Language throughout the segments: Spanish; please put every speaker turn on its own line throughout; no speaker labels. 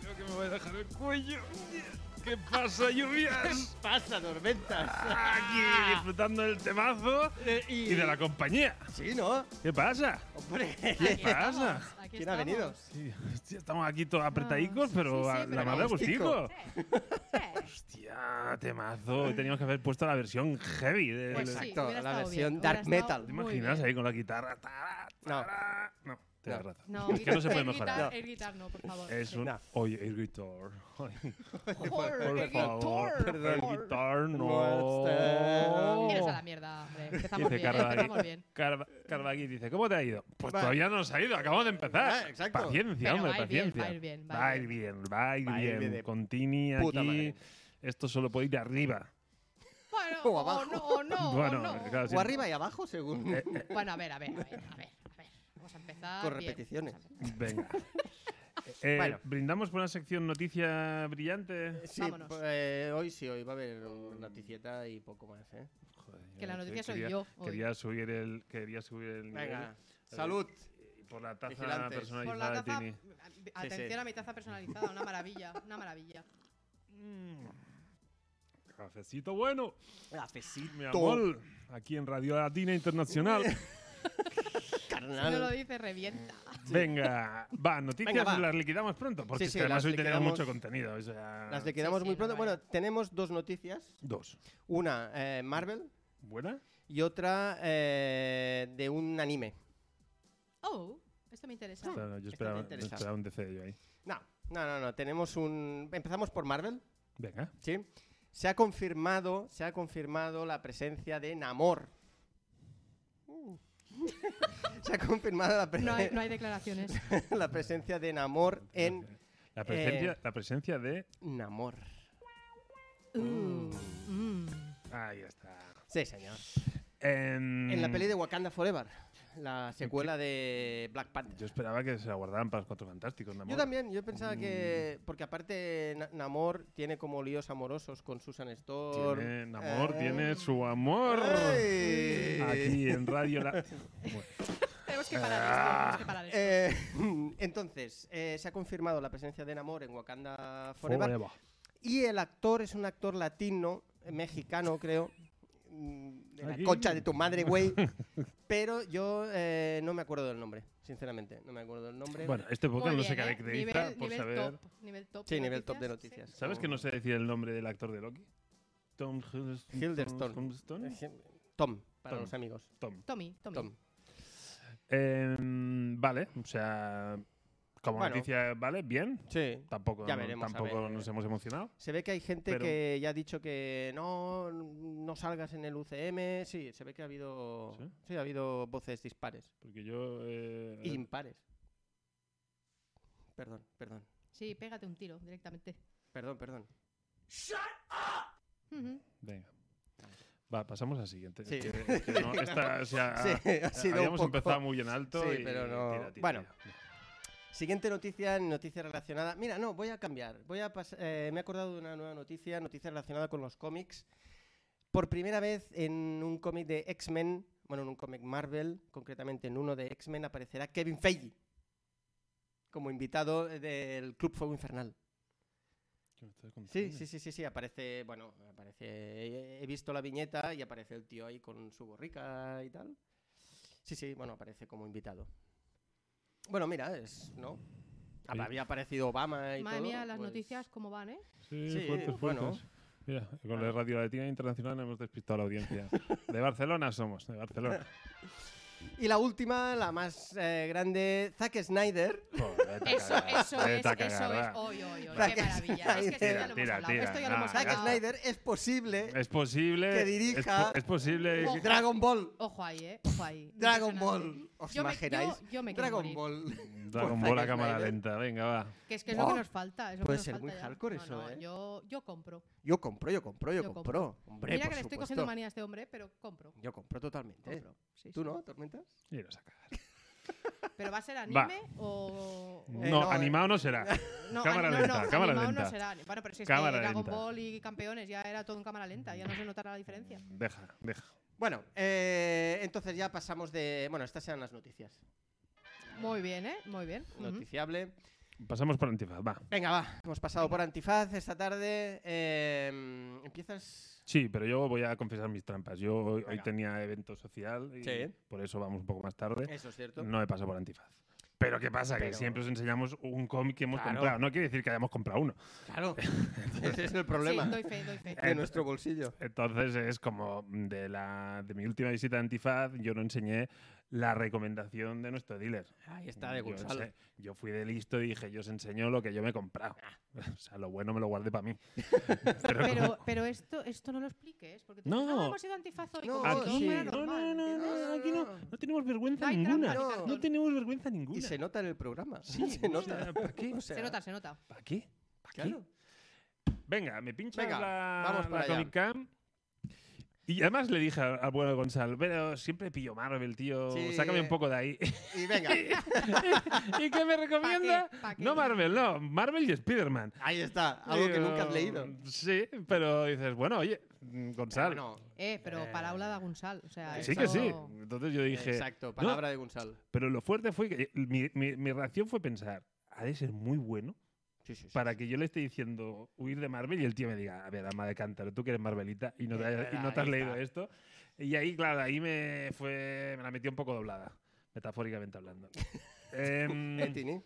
Creo que me voy a dejar el cuello. ¿Qué pasa, lluvias?
Pasa, tormentas.
Aquí disfrutando del temazo
Eh, y-
y de la compañía.
Sí, ¿no?
¿Qué pasa?
Hombre.
¿Qué pasa?
Aquí
¿Quién ha venido?
Sí, hostia, estamos aquí todos apretadicos,
Ah, sí,
pero
sí,
a-
sí, pero
la madre de
agustico.
gustico.
Sí, sí.
Hostia, temazo. Hoy teníamos que haber puesto la versión heavy. del-
Pues sí,
Exacto,
hubiera
la
estado
versión
bien,
dark
hubiera estado
metal.
¿Te
muy
imaginas
bien.
ahí con la guitarra? Tara,
No.
tara? No, tienes
No.
razón.
No,
es que no se puede
el
mejorar.
guitar- El guitar no, por favor.
Es
Sí.
un.
No.
Oye, el guitar. Ay,
Por
Por favor.
favor.
El guitar
No está.
no.
Tienes a la mierda, hombre. Empezamos
Dice
bien, empezamos bien.
Carvagui dice, ¿cómo te ha ido? Pues
Vale.
todavía no nos ha ido, acabamos de empezar.
Ah, exacto.
Paciencia,
Pero
hombre,
va a ir bien,
paciencia.
va a ir bien, va
va
a
a ir
ir
bien, va a ir
Va a ir
bien.
de
Con Tini
puta
aquí,
madre.
esto solo puede ir arriba.
Bueno,
O
o,
abajo.
no, o no, o
bueno,
no.
claro, sí.
O arriba y abajo, según.
Bueno, a ver, a ver, a ver, a ver. a ver. Vamos a empezar
Con
bien.
repeticiones.
Vamos a empezar.
Venga. Eh,
Bueno.
Brindamos por una sección noticia brillante.
Sí,
Vámonos.
eh, hoy sí, hoy va a haber una noticieta y poco más, ¿eh?
Joder,
Que la
eh,
noticia soy
quería-
yo hoy.
Quería subir el, quería subir el nivel.
Venga, salud.
Y Por la taza
Vigilantes.
Por la
personalizada de
taza,
Tini.
Sí, sí.
atención a mi taza personalizada, una maravilla, una maravilla. mm.
Cafecito bueno.
Cafecito.
Mi amor, aquí en Radio Latina Internacional.
Si no lo
Carnal.
dice, revienta.
Venga, va, noticias
Venga, va.
las liquidamos pronto, porque
Sí,
es que
sí,
además
las
hoy tenemos
liquidamos.
mucho contenido. o sea,
Las de quedamos
Sí, sí,
muy pronto.
no, vale.
Bueno, tenemos dos noticias.
Dos.
Una, eh, Marvel,
¿Buena?
y otra eh, de un anime.
Oh, esto me interesa.
O sea, no, yo esperaba,
te interesa.
yo esperaba un DC yo ahí.
No, no, no, no. Tenemos un. Empezamos por Marvel,
Venga.
¿sí? Se ha confirmado, se ha confirmado la presencia de Namor. Mm. se ha confirmado la, pre-
No hay, no hay declaraciones.
la presencia de Namor en
La presencia,
Eh.
la presencia de.
Namor.
Uh, mm.
Ahí está.
Sí, señor.
En,
En la peli de Wakanda Forever, la secuela de Black Panther.
Yo esperaba que se la guardaran para los cuatro fantásticos. Namor. Mm.
Yo también, yo pensaba que. Porque aparte, Na- Namor tiene como líos amorosos con Susan Storm.
Tiene, Namor
Eh,
tiene su amor.
¡Ey!
Aquí en Radio La. Bueno,
tenemos que parar esto, tenemos que parar esto.
Eh, entonces, eh, se ha confirmado la presencia de Namor en Wakanda Forever.
forever.
Y el actor es un actor latino, eh, mexicano, creo. mm, De la
Aquí.
concha de tu madre, güey. Pero yo eh, no me acuerdo del nombre, sinceramente. No me acuerdo del nombre.
Bueno, este
Muy
podcast no
bien,
se
¿eh?
caracteriza
Nivel-
por
nivel
saber.
top, nivel top
sí,
de
nivel top de noticias.
sí.
¿Sabes que no sé decir el nombre del actor de Loki? Tom Hiddleston.
Hiddleston.
Hiddleston.
Eh, Tom, para
Tom.
los amigos.
Tom.
Tommy, Tommy.
Tom.
Eh, vale, o sea, como
Bueno.
noticia, vale, bien.
Sí.
Tampoco,
Ya
no-
veremos, a
tampoco
ver.
nos hemos emocionado.
Se ve que hay gente
Pero-
que ya ha dicho que no, no salgas en el UCM. Sí, se ve que ha habido,
¿Sí?
sí, ha habido voces dispares.
Porque yo. eh,
Y impares. Perdón, perdón,
Sí, pégate un tiro directamente.
perdón, perdón.
Ujú.
Venga. Va, pasamos al siguiente.
Sí.
Es que- es que no, esta, o sea,
Sí, ha sido un
Ah, habíamos
poco-
empezado muy en alto.
Sí,
y-
pero no-
tira, tira,
bueno.
tira.
Siguiente noticia, noticia relacionada. Mira, no, voy a cambiar. Voy a pas- eh, me he acordado de una nueva noticia, noticia relacionada con los cómics. Por primera vez en un cómic de X-Men, bueno, en un cómic Marvel, concretamente en uno de X-Men, aparecerá Kevin Feige como invitado del Club Fuego Infernal.
¿Qué me estás contando?
Sí, sí, sí, sí, sí, aparece, bueno, aparece, he- he visto la viñeta y aparece el tío ahí con su gorrica y tal. Sí, sí, bueno, aparece como invitado. Bueno, mira, es, ¿no? Ap-
Sí.
Había aparecido Obama y
Madre
todo.
mía, las
pues-
noticias, ¿cómo van, eh?
Sí,
Sí,
fuertes,
bueno.
fuertes. Mira, con la Radio Latina Internacional hemos despistado a la audiencia. De Barcelona somos, de Barcelona.
Y la última, la más eh, grande, Zack Snyder.
Joder. vete a
Eso,
cagar,
eso es,
vete a
eso es.
cagar.
Hoy, hoy, hoy.
Zack
Qué maravilla. Es que esto ya lo hemos
Tira,
hablado.
tira,
Esto ya lo
tira,
hemos
nada.
Zack
hablado.
Snyder es posible
Es posible
Que dirija-
Es, po- es posible.
Ojo.
que-
Dragon Ball.
Ojo ahí, eh. Ojo ahí.
Dragon
Impresionante.
Ball. ¿Os
Yo me-
imagináis?
yo- yo me quiero
Dragon
morir.
Ball.
Dragon
Por
Ball a
Zack
cámara
Snyder.
lenta. Venga, va.
Que es que es lo
Oh.
que nos falta. es lo que
Puede
nos
ser muy
falta ya.
hardcore
No,
eso,
no,
¿eh?
Yo, yo compro.
Yo compro, yo compro, yo,
Yo
compro.
compro.
Hombre,
Mira
por
que le estoy
supuesto.
cogiendo manía a este hombre, pero compro.
Yo compro totalmente.
compro. Sí,
¿Tú
sí.
no, Tormentas?
Y lo saca.
Eh,
¿Pero va a ser anime
Va.
o.? o-
No,
Eh, no, eh.
animado no será.
No,
cámara
ani- no,
lenta,
no,
cámara
animado
lenta.
no será. ani- Bueno, pero si es
Cámara
que Dragon
lenta.
Ball y campeones ya era todo en cámara lenta, ya no se notará la diferencia.
Deja, deja.
Bueno, eh, entonces ya pasamos de. Bueno, estas eran las noticias.
Muy bien, ¿eh? Muy bien. ujú.
Noticiable.
Pasamos por Antifaz, va.
Venga, va. Hemos pasado por Antifaz esta tarde. eh, Empiezas.
Sí, pero yo voy a confesar mis trampas. Yo hoy, hoy
Venga.
tenía evento social y
Sí.
por eso vamos un poco más tarde.
Eso es cierto.
No he pasado por Antifaz. Pero ¿qué pasa? Que
Pero-
siempre os enseñamos un cómic que hemos
Claro.
comprado. No quiere decir que hayamos comprado uno.
Claro. Ese es el problema. Eh,
Sí, doy fe, doy fe.
De nuestro bolsillo.
Entonces es como de, la, de mi última visita a Antifaz, yo no enseñé la recomendación de nuestro dealer.
Ahí está, de
Yo
Gonzalo.
ense- Yo fui de listo y dije, yo os enseño lo que yo me he comprado.
Ah.
O sea, lo bueno me lo guardé para mí. Pero
Pero, pero esto, esto no lo expliques, porque tú
No.
dices, "Ah, hemos sido antifazo y
No,
como
Aquí
si todo
sí.
fuera
no, no,
normal",
no, Ah, no,
¿entiendes?
no, aquí no, no tenemos vergüenza
No hay
ninguna.
No.
trampa, no,
No tenemos vergüenza ninguna.
Y se nota en el programa.
Sí,
se
o
nota.
sea, ¿Para qué?
O sea,
Se nota, se nota.
¿Para qué? ¿Para qué?
Claro.
Venga, me pinchas
Venga,
la,
vamos para
la
allá.
Comic Cam. Y además le dije al al bueno Gonzalo, pero siempre pillo Marvel, tío.
Sí.
Sácame un poco de ahí.
Y venga.
¿Y qué me recomienda?
¿Pa qué?
No Marvel, no. Marvel y Spider-Man.
Ahí está. Algo que
Digo,
nunca has leído.
Sí, pero dices, bueno, oye, mm, Gonzalo.
Bueno,
Eh, pero para aula da Gunsal, o sea,
Que sí, que sí.
eso-
Entonces yo dije,
Exacto. Palabra de Gonzalo.
pero lo fuerte fue que mi, mi- mi reacción fue pensar, ha de ser muy bueno
Sí, sí, sí.
para que yo le esté diciendo huir de Marvel y el tío me diga, a ver, ama de cántaro, tú que eres Marvelita y no te,
Eh,
has- y no te
ahí
has leído
está.
esto. Y ahí, claro, ahí me fue, me la metió un poco doblada, metafóricamente hablando. Em,
Eh, Tini.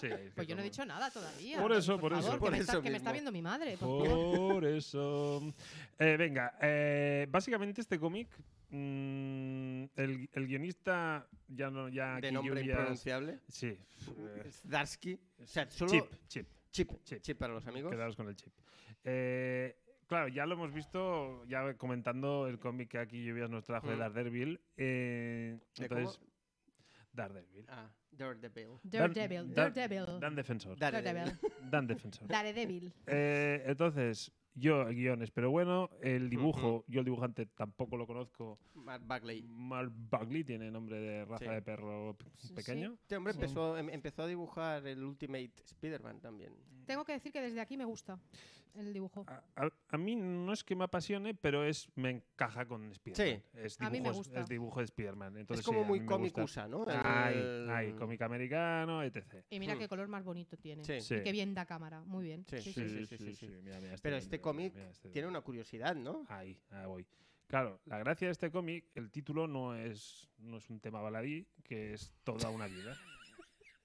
sí, es que
Pues yo no
como-
he dicho nada todavía.
Por eso, por Oh. eso.
favor,
Por
que, me
eso
está, que me está
mismo.
viendo mi madre. Por favor.
Por eso. Eh, venga, eh, básicamente este cómic, mm, el, el guionista ya no ya
De
aquí
nombre
lluvias-
impronunciable.
Sí. eh,
Darsky. O sea, solo.
chip, chip.
Chip.
Chip.
Chip para los amigos.
Quedaros con el chip. Eh, claro, ya lo hemos visto, ya comentando el cómic que aquí lluvias nos trajo de
Mm.
Daredevil. eh,
¿De cómo?
entonces, Daredevil.
Ah, Daredevil.
Daredevil,
Dan-
Daredevil.
Dan Defensor.
Daredevil.
Daredevil.
Dan Defensor.
Daredevil.
Eh, entonces, yo el guión espero bueno, el dibujo,
Mm-hmm.
yo el dibujante tampoco lo conozco.
Matt Buckley.
Mark Bagley tiene nombre de raza
Sí.
de perro pe-
Sí,
pequeño.
Este hombre
Sí.
empezó, em- empezó a dibujar el Ultimate Spider-Man también.
Tengo que decir que desde aquí me gusta el dibujo.
A, a- a mí no es que me apasione, pero es me encaja con Spider-Man. Es,
A mí me
dibujos-
gusta.
es dibujo de Spider-Man. Entonces,
es como
sí, a
muy
mí me
cómic
gusta.
usa, ¿no? El-
Ay, ay, cómic americano, etc.
Y mira
Hmm.
qué color más bonito tiene.
Sí.
Sí. este
Y qué bien da cámara. Muy bien.
Sí,
Sí, sí, sí.
sí, sí, sí.
Mira, mira, este
Pero
hombre,
este
mira,
cómic
mira, este-
tiene una curiosidad, ¿no?
Ahí, ahí voy. Claro, la gracia de este cómic, el título no es, no es un tema baladí, que es toda una vida.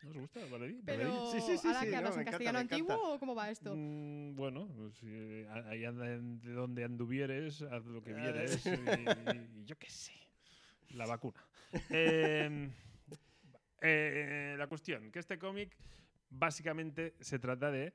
¿No os gusta el baladí?
Pero,
Sí, sí, sí,
¿ahora
sí,
que
no,
hablas
me
en
encanta,
castellano
me encanta.
antiguo o cómo va esto?
Mm, bueno, pues, eh, a- ahí anda en- de donde anduvieres, haz lo que
Ah,
vieres, y, y yo qué sé. La vacuna. Em, eh, la cuestión, que este cómic básicamente se trata de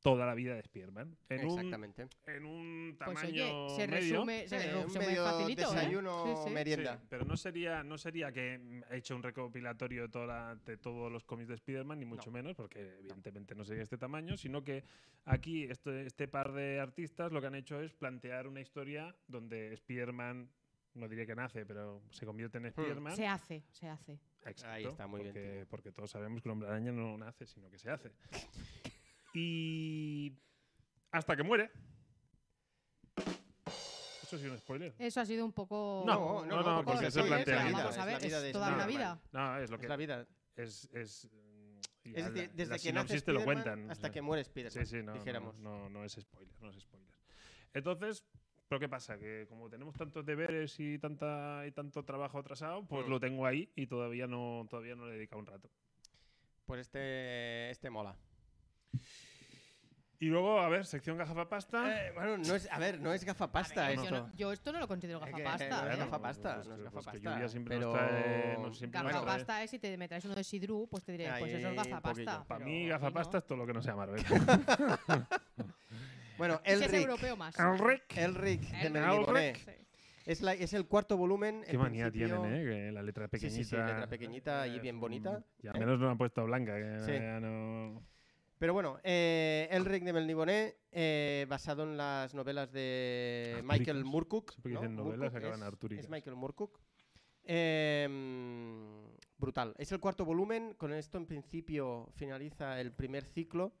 toda la vida de Spiderman. En un,
Exactamente.
en un tamaño
Pues oye, se
medio.
resume, se
Sí,
resume
un medio
facilito, ¿eh?
desayuno,
Sí, sí.
Sí,
merienda.
pero no sería, no sería que mm, he hecho un recopilatorio de, toda la- de todos los cómics de Spider-Man, ni mucho menos, porque evidentemente no sería este tamaño, sino que aquí este, este par de artistas lo que han hecho es plantear una historia donde Spider-Man, no diría que nace, pero se convierte en Spider-Man.
Se hace, se hace.
Exacto,
Hmm. Ahí está, muy bien,
porque,
tío.
Porque todos sabemos que el hombre araña no nace, sino que se hace. y hasta que muere. Eso sí un spoiler.
Eso ha sido un poco...
No, no, no,
un poco
porque se
spoiler,
plantea
pero
la vida,
Vamos
es
a
la
ver,
vida de
es toda una
Spider-Man.
vida.
No, es lo que
Es la vida.
es, es, mm, y la-
Es de-
la-
desde
la
que nace
sinopsis te lo
Spiderman
cuentan. o
hasta
sea.
que muere Spider-Man,
Sí, sí, no, no,
dijéramos.
No, no, es spoiler, no es spoiler. Entonces, ¿pero qué pasa? Que como tenemos tantos deberes y, tanta, y tanto trabajo atrasado, pues
Mm.
lo tengo ahí y todavía no, todavía no le he dedicado un rato.
Pues este, este mola.
Y luego, a ver, sección gajafa pasta.
Eh, bueno, no es, a ver, no es
A
gafapasta
Ah,
ver, yo
esto.
no- Yo esto no lo considero
Es que,
gafapasta.
eh,
¿eh?
no es gafapasta,
Pues
no es
que- pues que
gafapasta,
Lluvia siempre nos
pero-
trae- nos- siempre nos trae-
Gafapasta es si te me traes uno de Sidru, pues te diré,
Ahí,
pues eso es
un
gafapasta.
poquillo.
Para
pero
mí,
a
gafapasta
no.
es todo lo que no sea Marvel.
Bueno,
Si es
Elric.
europeo más.
El Rick.
Elric de
Elric.
Melibone.
Sí.
Es, la- es el cuarto volumen.
Qué
el
manía
principio-
tienen, ¿eh? Que la letra
Sí,
pequeñita.
sí, sí, letra pequeñita y bien bonita.
Y al menos no la han puesto blanca. que
Sí.
ya no-
Pero bueno, eh, Elric de Melniboné, eh, basado en las novelas de
Artúricas.
Michael Moorcock.
Siempre que dicen novelas, acaban
es-
artúricas.
Es Michael Moorcock. Eh, brutal. Es el cuarto volumen. Con esto, en principio, finaliza el primer ciclo.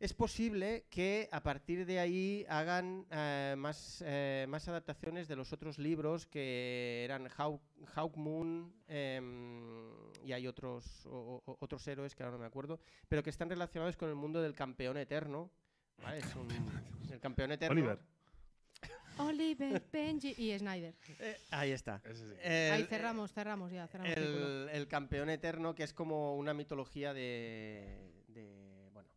Es posible que a partir de ahí hagan eh, más, eh, más adaptaciones de los otros libros que eran Hawk, Hawk Moon em, y hay otros, o- o- otros héroes que ahora no me acuerdo, pero que están relacionados con el mundo del campeón eterno. ¿vale? Es un- el campeón eterno.
Oliver.
Oliver, Benji y Snyder.
Eh, ahí está.
Ese sí.
Ahí
El-
cerramos, cerramos ya, cerramos el círculo.
el, el campeón eterno, que es como una mitología de, de, bueno,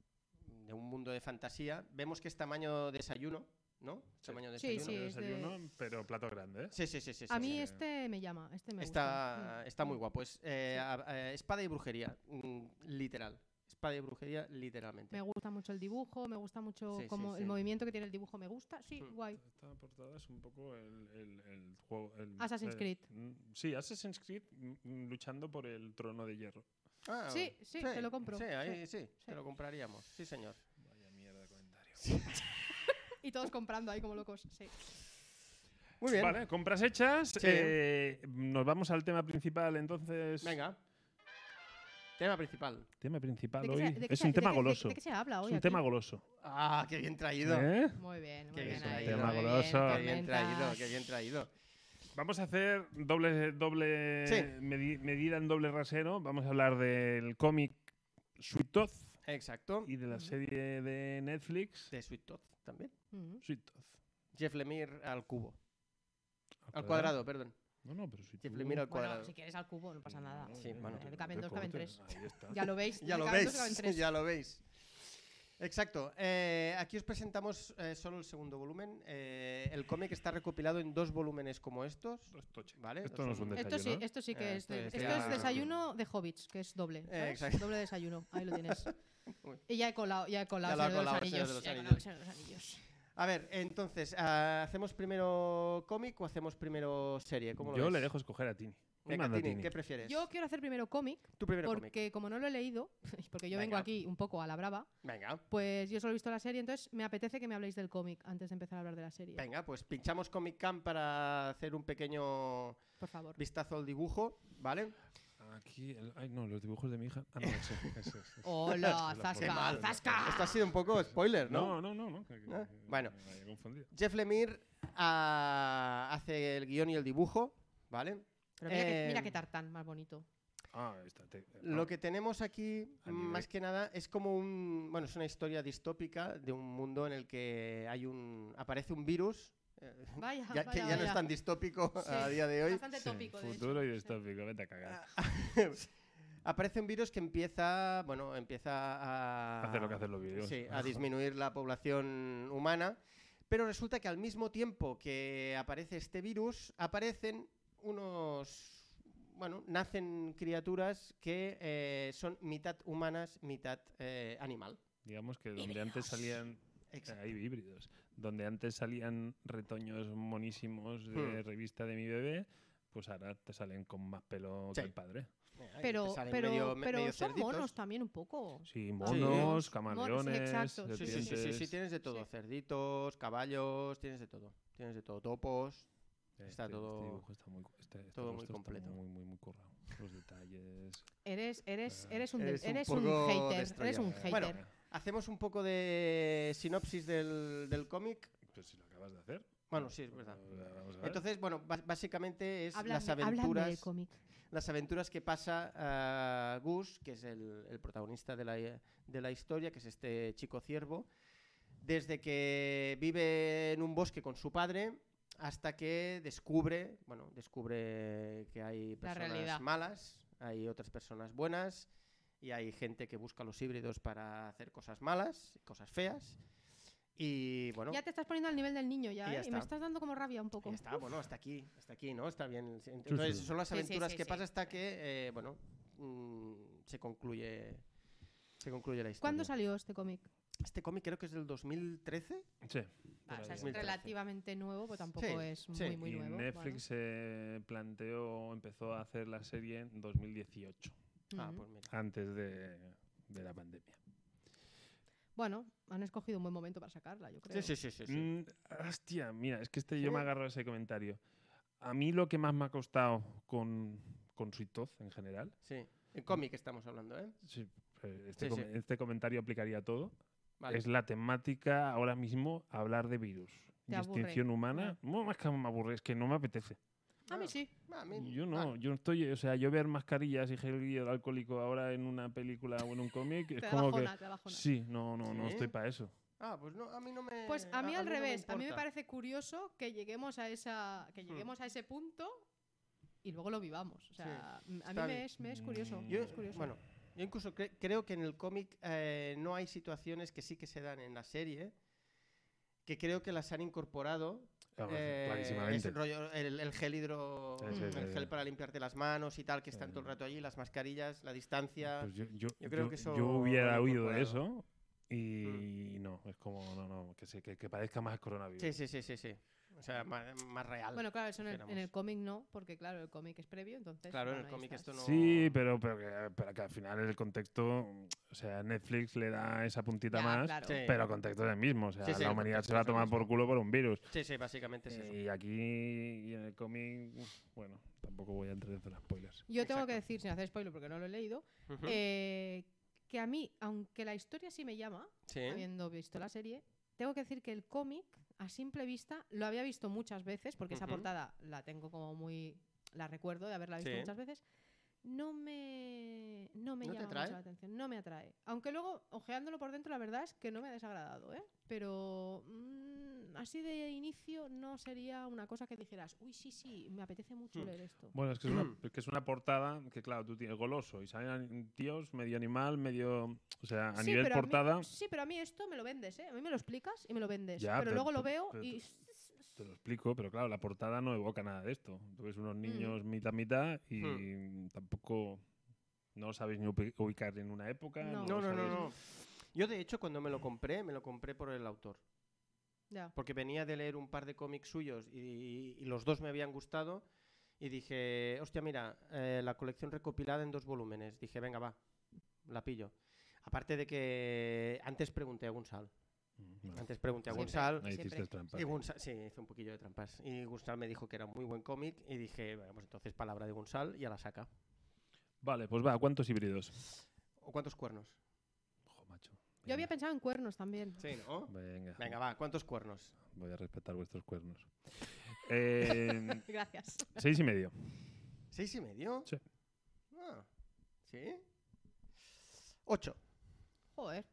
de un mundo de fantasía. Vemos que es tamaño desayuno, ¿no? Tamaño
Sí,
desayuno.
sí, es de-
Desayuno, pero plato grande, ¿eh?
sí, sí, sí, sí,
A
sí.
mí
sí.
este me llama, este me gusta.
está,
Mm.
está muy guapo. Es eh, a- eh, espada y brujería, mm, literal. Espada y brujería, literalmente.
Me gusta mucho el dibujo, me gusta mucho
Sí, sí,
como
sí.
el movimiento que tiene el dibujo, me gusta. Sí,
Mm.
guay.
Esta portada es un poco el, el- el juego. el-
Assassin's
eh,
Creed.
mm, sí, Assassin's Creed mm, mm, luchando por el trono de hierro.
Ah,
Sí, sí, te lo compro.
Sí, ahí sí,
sí.
te lo compraríamos. Sí, señor.
Vaya mierda de comentario.
Y todos comprando ahí como locos. Sí.
Muy bien.
Vale, compras hechas.
Sí.
eh, nos vamos al tema principal entonces.
Venga. Tema principal.
Tema principal
¿De qué
hoy.
se- de qué
es
se-
un
de qué-
tema
de-
goloso.
¿De qué se habla hoy?
Es un
aquí?
tema goloso.
Ah, qué bien traído.
¿eh?
Muy bien, muy
Qué
bien.
bien
ahí,
traído.
muy
Tema
bien,
goloso.
Qué bien traído,
tormentas.
qué bien traído.
Vamos a hacer doble, doble
Sí.
medi- medida en doble rasero. Vamos a hablar del cómic Sweet Tooth
Exacto.
y de la
Ujú.
serie de Netflix.
De Sweet Todd también.
Mm.
Sweet Tooth.
Jeff Lemire al cubo. Al cuadrado, perdón.
No, no, pero Sweet
Jeff
Tooth-
Lemire al
Bueno,
cuadrado.
si quieres al cubo, no pasa nada.
Sí, bueno.
Donde caben
te
dos, caben
cortes. Ahí está.
Ya lo veis.
Ya lo
donde caben dos, caben
veis,
tres.
ya lo veis. Exacto. eh, aquí os presentamos eh, solo el segundo volumen. eh, el cómic está recopilado en dos volúmenes como estos.
Esto es toche.
¿Vale?
Esto no es un
Esto sí,
desayuno, ¿eh?
esto sí
Eh,
que es,
esto
de-
es
esto
ya-
es desayuno de hobbits, que es doble. ¿sabes?
exacto.
Doble desayuno, ahí lo tienes.
Muy
y ya he colado, ya he colado,
Ya
el
lo ha
Señor de los
colado, el
Anillos,
Señor
ya he colado el Señor de los Anillos.
A ver, entonces, ah, ¿hacemos primero cómic o hacemos primero serie? ¿Cómo lo
Yo
ves?
le dejo escoger a Tini. Hoy
Venga,
manda
Tini,
Tini.
¿qué prefieres?
Yo quiero hacer primero cómic,
Tu primero
porque
cómic.
como no lo he leído, y porque yo vengo
Venga.
aquí un poco a la brava,
Venga,
pues yo solo he visto la serie, entonces me apetece que me habléis del cómic antes de empezar a hablar de la serie.
venga, pues pinchamos Comic Camp para hacer un pequeño
Por favor.
vistazo al dibujo, ¿vale?
Aquí, el- ay, no, los dibujos de mi hija. Ah, no, ese, ese, ese, ese.
Hola,
Qué
Zasca,
mal.
Zasca.
Esto ha sido un poco spoiler,
No,
¿no?
no, no. no, que- que-
¿Ah?
que-
Bueno.
me había confundido.
Jeff Lemire ah, hace el guión y el dibujo, ¿vale?
Pero mira, que, mira
Eh,
qué tartán más bonito.
Ah, está. te-
Lo
ah,
que tenemos aquí,
A
más
nivel-
que nada, es como un. Bueno, es una historia distópica de un mundo en el que hay un. aparece un virus. eh,
Vaya,
ya,
vaya,
que ya no es
vaya.
tan distópico a
Sí,
día de hoy.
Bastante
sí,
tópico, de hecho.
Futuro y distópico, vete a cagar.
Aparece un virus que empieza. Bueno, empieza a.
hacer lo que hacen los vídeos.
Ah. Sí, a disminuir la población humana. Pero resulta que al mismo tiempo que aparece este virus, aparecen unos. Bueno, nacen criaturas que eh, son mitad humanas, mitad eh, animal.
Digamos que donde antes salían.
Exacto.
Hay híbridos. Donde antes salían retoños monísimos de
Hmm.
revista de mi bebé, pues ahora te salen con más pelo
Sí.
que el padre.
eh, Ahí te
Pero,
salen
pero,
medio- me-
pero
medio
son
cerditos.
monos también un poco.
Sí,
Monos,
monos,
sí,
camaleones,
exacto,
Sí, sí, sí, sí, sí,
serpientes.
tienes de todo.
Sí.
Cerditos, caballos, tienes de todo. Tienes de todo. Topos.
Este-
Está
este
todo-
dibujo está muy, cu- este- este
todo muy
rostro está
completo.
muy, muy, muy currado. Los detalles.
Eres, eres,
Ah.
eres un, del-
Eres un
eres un
poco
hater. Eres
destroyer.
un
Eh,
hater.
Bueno, Hacemos un poco de sinopsis del, del cómic.
pues si lo acabas de hacer.
Bueno, sí, es verdad.
Eh, vamos a ver.
Entonces, bueno, bas- básicamente es las
háblame, háblame del
aventuras,
cómic.
las aventuras que pasa a Gus, que es el, el protagonista de la, de la historia, que es este chico ciervo, desde que vive en un bosque con su padre hasta que descubre, bueno, descubre que hay personas
realidad.
malas, hay otras personas buenas, y hay gente que busca los híbridos para hacer cosas malas, cosas feas. Y bueno,
Ya te estás poniendo al nivel del niño ya,
Y ya
¿eh? Y
está.
me estás dando como rabia un poco.
ya está, bueno, hasta aquí, hasta aquí, ¿no? Está bien. Sí, Entonces,
sí.
son las
Sí, sí,
aventuras
sí,
que
sí.
pasa hasta que, eh, bueno, mm, se concluye. Se concluye la historia.
¿Cuándo salió este cómic?
Este cómic creo que es del 2013.
Sí.
Ah,
Va, o sea, es
Muy tarde.
Relativamente nuevo, pues tampoco
Sí,
es
sí.
muy, muy
y
nuevo.
Netflix eh, planteó, empezó a hacer la serie en 2018,
bueno.
Ah,
Ujú.
pues mira.
antes de, de la pandemia.
Bueno, han escogido un buen momento para sacarla, yo creo.
Sí, sí, sí, Pues sí. sí.
Mm, hostia, mira, es que este yo
Sí.
me agarro a ese comentario. A mí lo que más me ha costado con, con Sweet Tooth en general,
Sí. El cómic estamos hablando, ¿eh?
sí, eh, este,
Sí, sí.
com- este comentario aplicaría a todo,
Vale.
es la temática ahora mismo hablar de virus.
Te
y
aburre.
extinción humana, no, más que me aburre, es que no me apetece.
A mí sí.
Ah, a mí-
Yo
ah,
no, yo no estoy, o sea, yo ver mascarillas y gel alcohólico ahora en una película o en un cómic
Te
es
da
como que
bajona, te da bajona.
sí, no, no, no
¿Sí?
estoy para eso.
Ah, pues no, Eh, a mí no me.
Pues a mí al
no
revés, a mí me
importa. Hmm.
parece curioso que lleguemos a esa que lleguemos a ese punto y luego lo vivamos. O sea, m- a mí
está bien.
me es, me es curioso.
Mm.
me
Yo,
es curioso.
bueno, yo incluso cre- creo que en el cómic eh, no hay situaciones que sí que se dan en la serie, que creo que las han incorporado.
Claro,
eh,
clarísimamente.
es rollo, el, el gel hidro,
Sí, sí,
el
sí,
gel
sí.
para limpiarte las manos y tal, que están
Sí.
todo el rato allí, las mascarillas, la distancia.
Pues yo, yo,
yo creo
yo-
que
yo
eso lo
hubiera
han
huido de
incorporado.
eso y no, es como no, no, que se, que, que parezca más coronavirus.
sí, sí, sí, sí, sí. O sea, ma- más, real.
Bueno, claro, eso en el, en
dijéramos.
el cómic no, porque claro, el cómic es previo, entonces.
Claro, en
bueno,
el
ahí
cómic
estás.
esto no.
Sí, pero, pero, que, pero que al final el contexto, o sea, Netflix le da esa puntita
Ya,
más,
claro.
Sí.
pero el contexto es el mismo, o sea,
Sí, sí,
la
el
humanidad
contexto
se va a
es el
tomar
mismo.
por culo por un virus.
Sí, sí, básicamente es eso.
Eh,
Y aquí y en el cómic, bueno, tampoco voy a entrar en los spoilers.
Yo tengo que
Exacto.
decir, sin hacer spoiler porque no lo he leído,
Ujú.
eh, que a mí, aunque la historia sí me llama,
sí.
¿Eh?
habiendo visto la serie, tengo que decir que el cómic, a simple vista, lo había visto muchas veces, porque esa
Ujú.
portada la tengo como muy. la recuerdo de haberla visto
Sí.
muchas veces. No me. no me
¿No te
llama
atrae?
mucho la atención, no me atrae. Aunque luego, ojeándolo por dentro, la verdad es que no me ha desagradado, ¿eh? Pero. mm, así de inicio no sería una cosa que dijeras, uy, sí, sí, me apetece mucho
Hmm.
leer esto.
Bueno, es que es, una, es que es una portada que, claro, tú tienes goloso y salen ani- tíos medio animal, medio. O sea, a
Sí,
nivel
pero mí-
portada.
sí, pero a mí esto me lo vendes, ¿eh? A mí me lo explicas y me lo vendes.
Ya,
pero,
pero-
luego lo
pero-
veo
pero
y.
Te lo explico, pero claro, la portada no evoca nada de esto. Tú ves unos niños mitad mitad y tampoco. No sabéis ni ubi- ubicar en una época.
No.
No, no, no,
sabéis-
no. Yo, de hecho, cuando me lo compré, me lo compré por el autor.
Ya.
porque venía de leer un par de cómics suyos y, y los dos me habían gustado y dije, hostia, mira, eh, la colección recopilada en dos volúmenes. Dije, venga, va, la pillo. Aparte de que antes pregunté a Gunsal.
Mm, vale.
Antes pregunté a
Siempre.
Gunsal.
Ahí
siempre.
hiciste trampa.
Y Gunsal, sí, hizo un poquillo de trampas. Y Gunsal me dijo que era un muy buen cómic y dije, bueno, pues entonces palabra de Gunsal y a la saca.
Vale, pues va, ¿cuántos híbridos?
¿O cuántos cuernos?
Ojo, macho.
Yo había
Venga,
pensado en cuernos también.
Sí, ¿no?
Venga,
Venga, va, ¿cuántos cuernos?
voy a respetar vuestros cuernos. Eh,
Gracias.
seis y medio.
¿Seis y medio?
Sí.
Ah, ¿sí? Ocho.
Joder.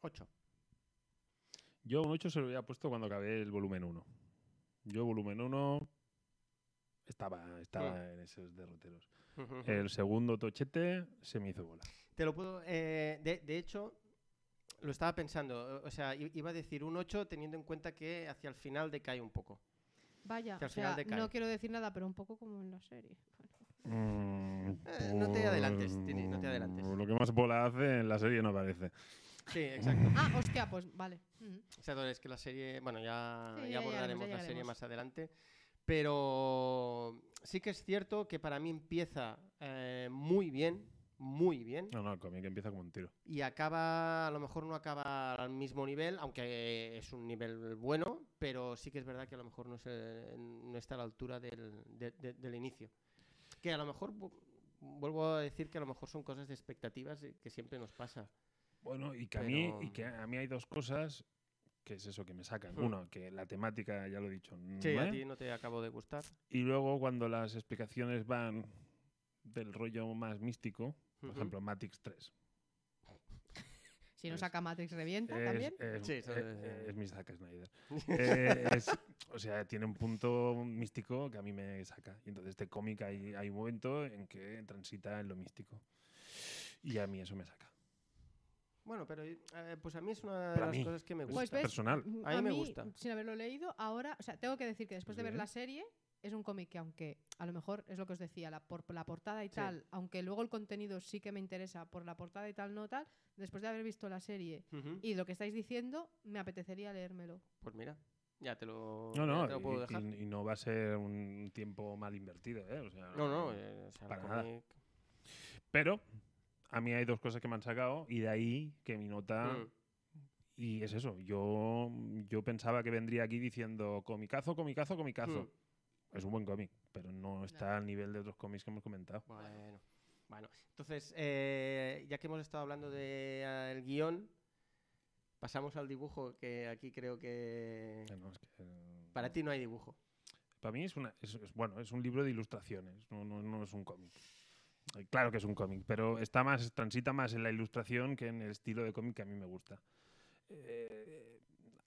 Ocho.
Yo un 8 se lo había puesto cuando acabé el volumen 1. Yo volumen 1 estaba, estaba en esos derroteros. El segundo tochete se me hizo bola.
Te lo puedo. eh, de, de hecho, lo estaba pensando. eh, O sea, i- iba a decir un 8 teniendo en cuenta que hacia el final decae un poco.
Vaya,
Que al
o sea,
final decae.
no quiero decir nada, pero un poco como en la serie. Bueno,
Eh, no te adelantes, Tini, no te adelantes.
Mm, pues, Lo que más bola hace en la serie no aparece.
Sí, exacto.
Ah, hostia, pues vale. Ujú.
O sea, es que la serie. Bueno, ya,
Sí,
ya
ya
abordaremos
llegaremos, ya
la serie
llegaremos.
más adelante. Pero sí que es cierto que para mí empieza eh, muy bien, muy bien.
No, no, el cómic empieza como un tiro.
Y acaba, a lo mejor no acaba al mismo nivel, aunque es un nivel bueno, pero sí que es verdad que a lo mejor no, es el- no está a la altura del, de- de- del inicio. Que a lo mejor, vu- vuelvo a decir que a lo mejor son cosas de expectativas eh, que siempre nos pasa.
Bueno, y que, a
Pero-
mí, y que a mí hay dos cosas que es eso que me sacan.
Hmm.
Uno, que la temática, ya lo he dicho,
Sí, a
¿eh?
ti no te acabo de gustar.
Y luego cuando las explicaciones van del rollo más místico, por
Ujú.
ejemplo, Matrix 3.
Si no
Pues,
saca Matrix revienta
es,
también.
es-
Sí, eso
eh,
es-
eh, es mi Zack Snyder. Eh, es- o sea, tiene un punto místico que a mí me saca. Y entonces este cómic hay, hay un momento en que transita en lo místico. Y a mí eso me saca.
Bueno, pero eh, pues a mí es una de
Para
las
mí.
cosas que me gusta.
Pues ves,
personal.
mm,
A mí me gusta.
Sin haberlo leído, ahora, o sea, tengo que decir que después de ver
Bien.
la serie, es un cómic que aunque a lo mejor es lo que os decía, la, por, la portada y
Sí.
tal, aunque luego el contenido sí que me interesa por la portada y tal, no tal, después de haber visto la serie
Ujú.
y lo que estáis diciendo, me apetecería leérmelo.
Pues mira, ya te lo,
No, no,
ya te lo puedo
y,
dejar.
y- y no va a ser un tiempo mal invertido, ¿eh? O sea,
No, no, eh, o sea,
Para
el
nada.
cómic-
Pero a mí hay dos cosas que me han sacado y de ahí que mi nota...
Mm.
Y es eso, yo, yo pensaba que vendría aquí diciendo comicazo, comicazo, comicazo.
Hmm.
Es un buen cómic, pero no está al nivel de otros cómics que hemos comentado.
Bueno, bueno. Entonces, eh, ya que hemos estado hablando del guión, pasamos al dibujo, que aquí creo que...
Eh, no, es que, eh,
Para ti no hay dibujo.
Para mí es, una, es, es- bueno, es un libro de ilustraciones, no, no, no es un cómic. Eh, Claro que es un cómic, pero está más, transita más en la ilustración que en el estilo de cómic que a mí me gusta. Eh,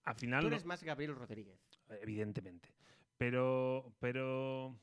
al final,
Tú
no-
eres más Gabriel Rodríguez.
eh, evidentemente, pero, pero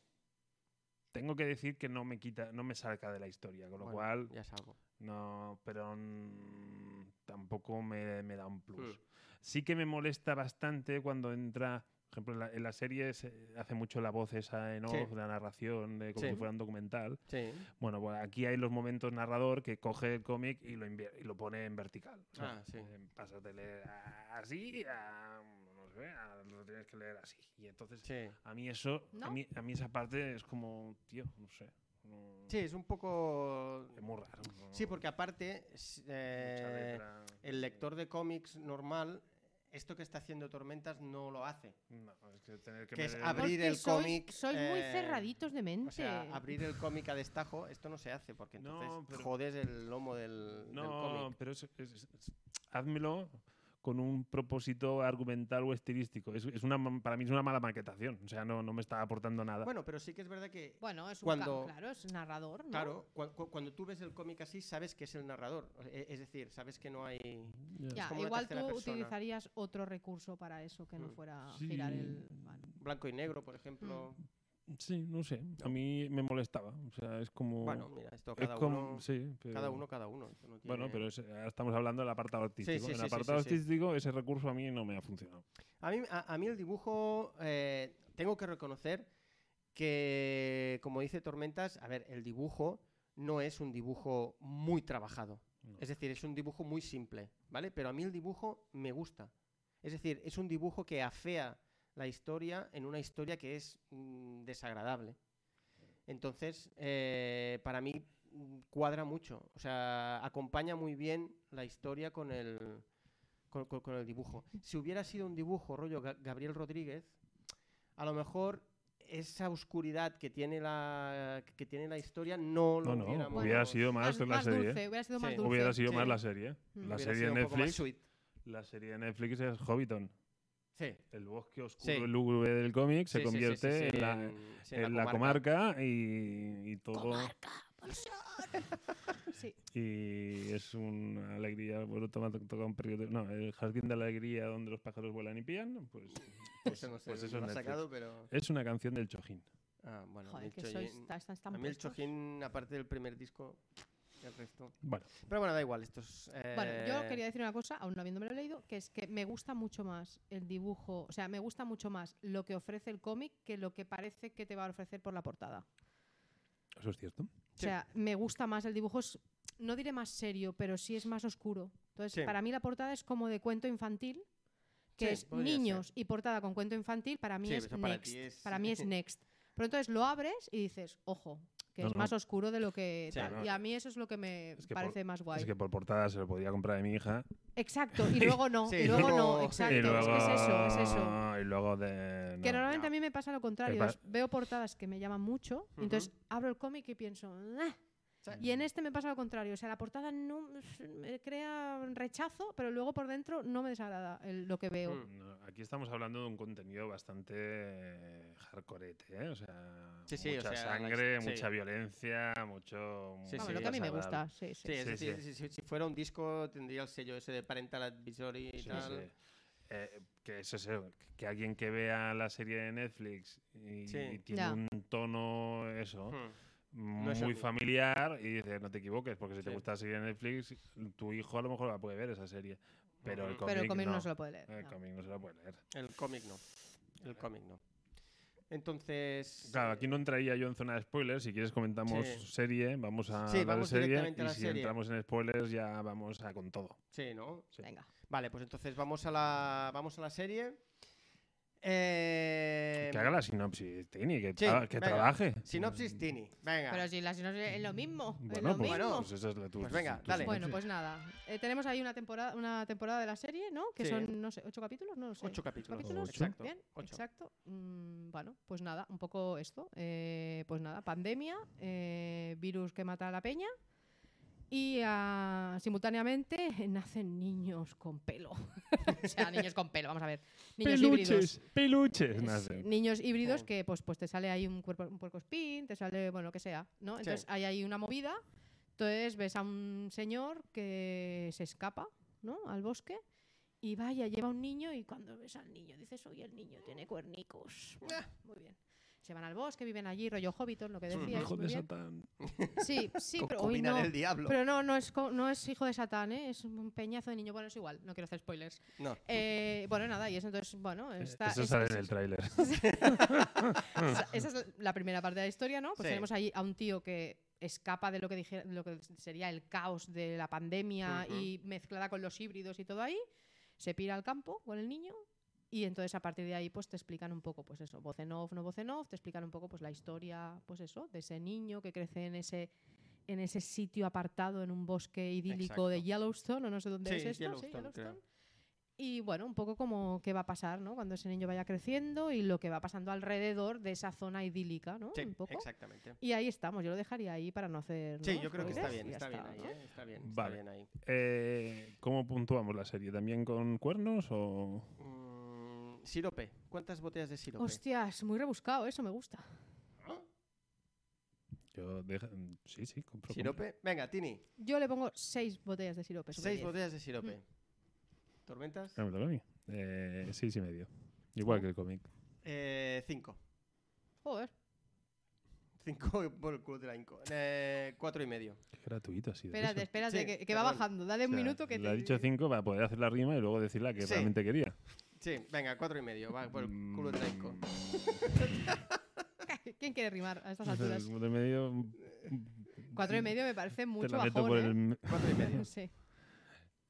tengo que decir que no me quita, no me saca de la historia, con lo
Bueno,
cual
Ya es algo.
no, pero mm, tampoco me, me da un plus.
Hmm.
Sí que me molesta bastante cuando entra, por ejemplo, en la, en la serie se hace mucho la voz esa en off,
Sí.
la narración, de como
Sí.
si fuera un documental.
Sí.
Bueno, pues aquí hay los momentos narrador que coge el cómic y lo, invier- y lo pone en vertical. O sea,
Ah, sí.
eh, pasas de leer a- así a, no sé, a- lo tienes que leer así. Y entonces,
Sí.
a mí eso, a,
¿No?
mí, a mí esa parte es como, tío, no sé. no-
Sí, es un poco...
Es muy raro. no-
Sí, porque aparte, es,
mucha
eh,
letra,
el
sí.
lector de cómics normal, esto que está haciendo Tormentas no lo hace.
No, es que tener que
que es
meter-
abrir-
Porque
el
sois-
cómic,
Sois muy
eh,
cerraditos de mente.
O sea, abrir el cómic a destajo, esto no se hace, porque
No,
entonces
pero-
jodes el lomo del, del
No,
cómic.
pero es- es- es- es- házmelo con un propósito argumental o estilístico. Es, es una, ma- para mí es una mala maquetación. O sea, no, no me está aportando nada.
Bueno, pero sí que es verdad que
bueno, es un
cuando-
ca- claro, es narrador, ¿no?
Claro, cua- cu- cuando tú ves el cómic así, sabes que es el narrador. O- e- Es decir, sabes que no hay.
Ya,
como una
igual tú
tercera persona.
utilizarías otro recurso para eso que no
Mm.
fuera
Sí.
girar el. Vale.
Blanco y negro, por ejemplo.
Mm. Sí, no sé. A mí me molestaba. O sea, es como.
Bueno, mira, esto
es
cada,
como-
uno,
sí, pero-
cada uno, cada uno. esto no
Bueno,
tiene-
pero es- ahora estamos hablando del apartado artístico.
sí,
en
sí,
el
sí,
apartado
sí, sí.
artístico, ese recurso a mí no me ha funcionado.
A mí, a, a mí el dibujo, eh, tengo que reconocer que, como dice Tormentas, a ver, el dibujo no es un dibujo muy trabajado.
No.
Es decir, es un dibujo muy simple, ¿vale? Pero a mí el dibujo me gusta. Es decir, es un dibujo que afea la historia en una historia que es mm, desagradable. Entonces, eh, para mí mm, cuadra mucho. O sea, acompaña muy bien la historia con el, con, con- con el dibujo. Si hubiera sido un dibujo rollo Ga- Gabriel Rodríguez, a lo mejor esa oscuridad que tiene la, que tiene la historia no lo
No, no, hubiera
hubiéramos-
sido más, la serie. ¿eh?
dulce, hubiera sido más
Sí.
dulce.
Hubiera sido
Sí.
más la serie.
Mm.
La
hubiera
serie
sido
de
un poco más
Netflix.
sweet.
La serie de Netflix es Hobbiton.
Sí.
El bosque oscuro
Sí.
y lúgubre del cómic se
Sí, sí, sí,
convierte
sí, sí,
en la,
sí,
en la comarca, y, y todo.
Sí.
Y es una alegría. Bueno, toma- to- toca un periodo. No, el jardín de la alegría donde los pájaros vuelan y pían. Pues, pues-
Eso no sé
pues eso
dónde lo
es
ha
Netflix.
sacado, pero...
Es una canción del Chojín.
Ah, bueno, a mí
Joder,
el
que
Chojin-
sois tan, tan, tan
a mí el
puestos.
Chojin, aparte del primer disco, el resto...
Bueno,
Pero bueno, da igual, estos... eh,
Bueno, yo quería decir una cosa, aún no habiéndomelo leído, que es que me gusta mucho más el dibujo, o sea, me gusta mucho más lo que ofrece el cómic que lo que parece que te va a ofrecer por la portada.
eso es cierto.
O sea, me gusta más el dibujo, es, no diré más serio, pero sí es más oscuro. Entonces,
Sí.
para mí la portada es como de cuento infantil, que
Sí,
es
podría ser.
niños y portada con cuento infantil, para mí
Sí,
es
eso para
next.
ti es-
Para mí es next. Pero entonces lo abres y dices, ojo, que
No,
es
no.
más oscuro de lo que
Sí,
tal.
no.
Y a mí eso es lo que me
Es que por-
parece más guay.
Es que por portada se lo podía comprar de mi hija.
Exacto, y luego no,
Sí,
y luego
luego-
no,
y
exacto.
y
es que
luego,
Es, eso, es eso.
Y luego de.
que
no.
normalmente a mí me pasa lo contrario.
pa-
es- veo portadas que me llaman mucho, y entonces abro el cómic y pienso. "Ah".
Sí.
Y en este me pasa lo contrario. O sea, la portada no me crea rechazo, pero luego por dentro no me desagrada el- lo que veo.
Mm.
No, aquí estamos hablando de un contenido bastante eh, hardcoreete, ¿eh? O sea,
Sí, sí, o
mucha
sea, la
sangre,
his- sí.
mucha violencia, mucho...
Sí,
Vamos,
sí,
lo que a mí me gusta.
desagradable.
Sí, sí.
Sí, es
Sí,
decir,
sí.
Si, si- si fuera un disco tendría el sello ese de Parental Advisory y
Sí,
tal.
sí. Eh, que es eso, que alguien que vea la serie de Netflix y,
Sí.
y tiene
Ya.
un tono eso,
Hmm.
muy
es algo.
familiar y dices, no te equivoques, porque si te
Sí.
gusta la serie de Netflix, tu hijo a lo mejor la puede ver esa serie. Pero el
Ujú.
cómic
Pero el cómic no.
no.
se lo puede leer.
El
no.
cómic no se la puede leer.
El cómic no. El cómic no. Entonces.
Claro,
eh,
aquí no entraría yo en zona de spoilers. Si quieres comentamos
Sí.
serie, vamos a
Sí,
ver
vamos
serie.
directamente a
Y
la
si
serie.
entramos en spoilers ya vamos a con todo.
Sí, ¿no?
Sí.
Venga.
Vale, pues entonces vamos a la, vamos a la serie. Eh,
que haga la sinopsis, Tini, que,
sí,
tra- que
venga.
trabaje.
Sinopsis Tini. Venga.
Pero si la sinopsis es lo mismo. es
Bueno,
lo
pues,
mismo.
pues esa es la tu-
Pues venga,
tu
dale.
Bueno,
sinopsis.
pues nada. Eh, tenemos ahí una temporada, una temporada de la serie, ¿no? Que
Sí.
son, no sé, ocho capítulos, no lo sé.
Ocho capítulos.
capítulos?
Ocho.
Exacto.
Bien,
Ocho.
exacto. Mm, bueno, pues nada, un poco esto. Eh, pues nada, pandemia, eh, virus que mata a la peña y ah, simultáneamente nacen niños con pelo. o sea, niños con pelo, vamos a ver. Niños híbridos.
Peluches, peluches
Es-
nacen.
niños híbridos
Mm.
que pues, pues te sale ahí un cuerpo un puercoespín, te sale, bueno, lo que sea, ¿no? Entonces hay ahí una movida. Entonces ves a un señor que se escapa, ¿no? Al bosque y vaya, lleva un niño y cuando ves al niño dices, "Oye, el niño tiene cuernicos." Bueno, muy bien. Se van al bosque, viven allí, rollo hobbitón, lo que
Sí.
decías.
Hijo
muy
de
bien.
Satán.
Sí, sí,
Co-
pero hoy
combinar
no.
el diablo.
Pero no, no es, co- no es hijo de Satán, ¿eh? es un peñazo de niño. Bueno, es igual, no quiero hacer spoilers.
No.
Eh, bueno, nada, y eso entonces, bueno, está.
Eh, Eso
es-
sale
es-
en el tráiler.
esa, esa es la primera parte de la historia, ¿no? Pues
Sí.
tenemos ahí a un tío que escapa de lo que, dije- lo que sería el caos de la pandemia
Ujú.
y mezclada con los híbridos y todo ahí, se pira al campo con el niño y entonces a partir de ahí pues te explican un poco pues eso, voz en off, no voz en off, te explican un poco pues la historia, pues eso, de ese niño que crece en ese en ese sitio apartado en un bosque idílico de
Exacto.
Yellowstone o no sé dónde
Sí,
es
es
esto, sí,
Yellowstone, creo.
Yellowstone. Y bueno, un poco como qué va a pasar, ¿no? Cuando ese niño vaya creciendo y lo que va pasando alrededor de esa zona idílica, ¿no?
Sí,
un poco.
exactamente.
Y ahí estamos, yo lo dejaría ahí para no hacer.
Sí,
¿no?
yo creo que está
spoilers,
bien,
y ya
está bien ahí,
¿no?
¿eh? Está bien, está
Vale.
bien ahí.
Eh, ¿Cómo puntuamos la serie? ¿También con cuernos o...?
Mm, sirope. ¿Cuántas botellas de sirope?
Hostias, muy rebuscado, eso me gusta.
Yo deja- Sí, sí, compro. compro.
¿Sirope? Venga, Tini.
Yo le pongo seis botellas de sirope. sobre
Seis
diez. Mm.
botellas de sirope. ¿Tormentas?
Ah, me toca a mí. Eh, seis y medio. Igual que el cómic.
Eh, cinco.
Joder,
Cinco por el culo de la Inco. Eh, cuatro y medio.
Qué gratuito ha sido
espérate,
eso.
espérate,
Sí,
que, que va
perdón.
bajando. Dale un
O sea,
minuto que
Le ha dicho cinco para poder hacer la rima y luego decir la que
Sí.
realmente quería. Mm.
Sí, venga, cuatro y medio. Va, por el culo de la Inco.
¿Quién quiere rimar a estas
O sea,
alturas?
como de medio...
Cuatro y medio me parece
Te
mucho
la meto
bajón.
por
¿eh?
el...
Cuatro y medio.
Sí.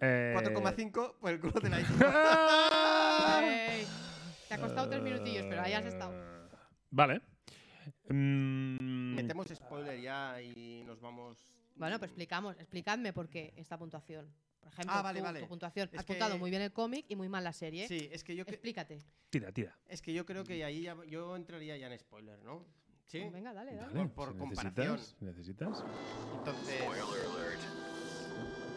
Eh,
4,5 por el culo de la Inco.
¡Ah!
Ey, te ha costado tres minutillos, pero ahí has estado.
Eh, Vale. Mm,
Metemos spoiler ya y nos vamos.
Bueno, pues explicamos, explicadme por qué esta puntuación. Por ejemplo,
Mm. Ah, vale,
tú,
vale.
tu puntuación.
Es
Has puntuado
que-
muy bien el cómic y muy mal la serie.
Sí, es que yo, que-
Explícate.
Tira, tira.
es que yo creo que ahí ya, yo entraría ya en spoiler, ¿no? Sí.
Pues venga, dale, dale.
Vale,
por
si
comparación.
necesitas, si necesitas.
Entonces.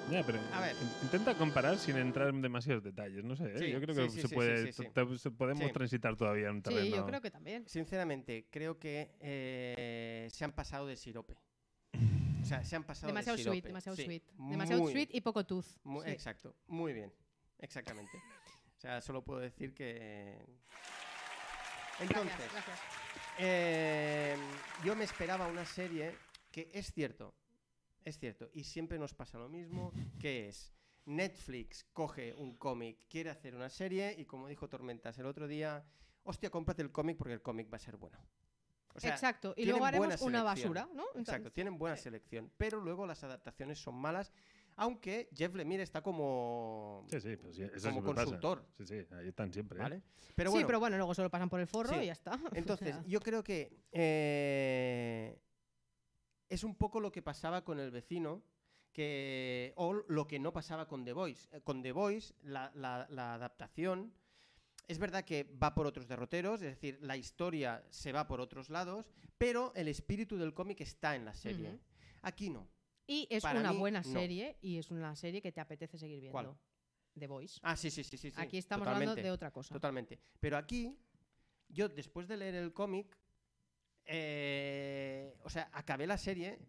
Ya, pero
A ver.
in- intenta comparar sin entrar en demasiados detalles. No sé, ¿eh?
Sí,
yo creo
sí,
que
sí,
se
sí,
puede,
sí, sí, sí.
to- se- podemos
Sí.
transitar todavía en un terreno.
Sí, yo creo que también.
Sinceramente, creo que eh, se han pasado de sirope. O sea, se han pasado
Demasiado
de sirope.
sweet, demasiado
Sí,
sweet. Demasiado
muy-
sweet y poco tooth.
mu-
Sí.
Exacto, muy bien. Exactamente. O sea, solo puedo decir que. Entonces,
Gracias, gracias.
eh, yo me esperaba una serie que es cierto, es cierto, y siempre nos pasa lo mismo, que es Netflix coge un cómic, quiere hacer una serie, y como dijo Tormentas el otro día, hostia, cómprate el cómic porque el cómic va a ser bueno. O sea,
Exacto. Y
tienen
luego haremos
buena
una
selección.
basura, ¿no?
Exacto, tienen buena
sí.
selección, pero luego las adaptaciones son malas, aunque Jeff Lemire está como,
Sí, pues sí, pero sí, eso
como
siempre pasa.
consultor,
Sí, sí, ahí están siempre. ¿eh?
¿vale? Pero bueno,
Sí, pero bueno, luego solo pasan por el forro
Sí.
y ya está. O
entonces
sea,
yo creo que eh, es un poco lo que pasaba con El vecino, que, o lo que no pasaba con The Voice. Eh, Con The Voice, la, la- la adaptación... Es verdad que va por otros derroteros, es decir, la historia se va por otros lados, pero el espíritu del cómic está en la serie.
Ujú.
Aquí no.
y es
para
una
mí,
buena
no.
serie y es una serie que te apetece seguir viendo.
¿Cuál?
The Voice.
Ah, sí, sí, sí, sí. sí,
Aquí estamos hablando
totalmente.
de otra cosa.
Totalmente. Pero aquí, yo después de leer el cómic, eh, o sea, acabé la serie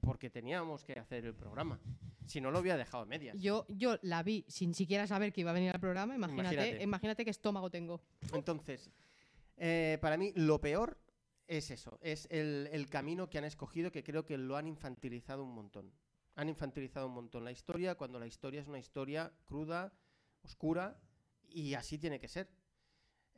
porque teníamos que hacer el programa. Si no, lo había dejado a medias.
Yo, yo la vi sin siquiera saber que iba a venir al programa. Imagínate,
Imagínate.
imagínate qué estómago tengo.
Entonces, eh, para mí, lo peor es eso, es el, el camino que han escogido que creo que lo han infantilizado un montón. Han infantilizado un montón la historia cuando la historia es una historia cruda, oscura y así tiene que ser.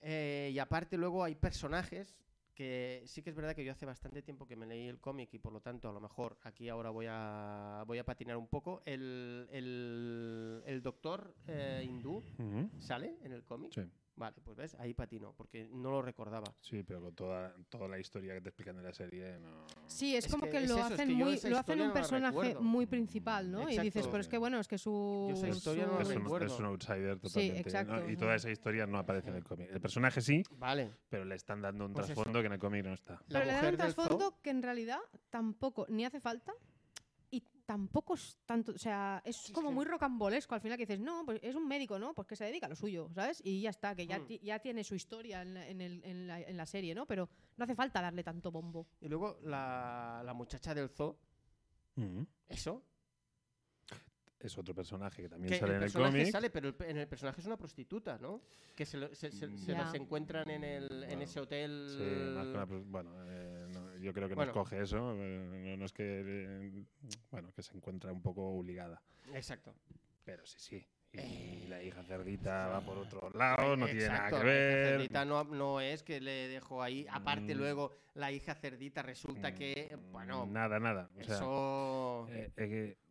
Eh, y aparte luego hay personajes que sí que es verdad que yo hace bastante tiempo que me leí el cómic y por lo tanto a lo mejor aquí ahora voy a, voy a patinar un poco. El, el, el doctor eh, hindú
Ujú.
sale en el cómic.
Sí.
Vale, pues ves, ahí patino, porque no lo recordaba.
Sí, pero con toda, toda la historia que te explican de la serie, no.
Sí, es,
Es
como
que
que,
es
lo
eso, es
hacen
que yo
muy,
esa
lo hacen
historia
un
no la
personaje
recuerdo.
muy principal, ¿no?
Exacto.
Y dices, pero es que bueno, es que su.
Yo esa historia no la
Es
su-
un,
recuerdo.
es un outsider totalmente.
exacto,
¿no? Y
no.
toda esa historia no aparece en el cómic. El personaje sí,
Vale.
pero le están dando un
Pues eso.
trasfondo que en el cómic no está.
La
Pero le dan
mujer
un
del zoo-
trasfondo que en realidad tampoco ni hace falta y tampoco es tanto, o sea, es
es
como
que-
muy rocambolesco al final que dices, no, pues es un médico, ¿no? Pues que se dedica a lo suyo, ¿sabes? Y ya está, que ya,
Mm.
ti- ya tiene su historia en la, en el- en la- en la serie, ¿no? Pero no hace falta darle tanto bombo.
Y luego la, la muchacha del zoo, eso.
Es otro personaje que también
Que
sale
el
en el
personaje
cómic.
sale, pero el, pe- en el personaje es una prostituta, ¿no? Que se, lo- se, se- se
Ya.
los encuentran en, el, en
Bueno,
ese hotel.
Sí, más que una pro- bueno, eh, no, yo creo que
Bueno.
nos coge eso. eh, No, no es que. eh, bueno, que se encuentra un poco obligada.
Exacto.
Pero sí, sí. Y, la hija cerdita va por otro lado, no tiene nada
Eh, Exacto,
que
la hija
ver.
cerdita no, no es que le dejó ahí. Aparte,
Mm.
luego la hija cerdita resulta que.
Mm,
Bueno,
Nada, nada. O sea,
eso.
eh, eh, que-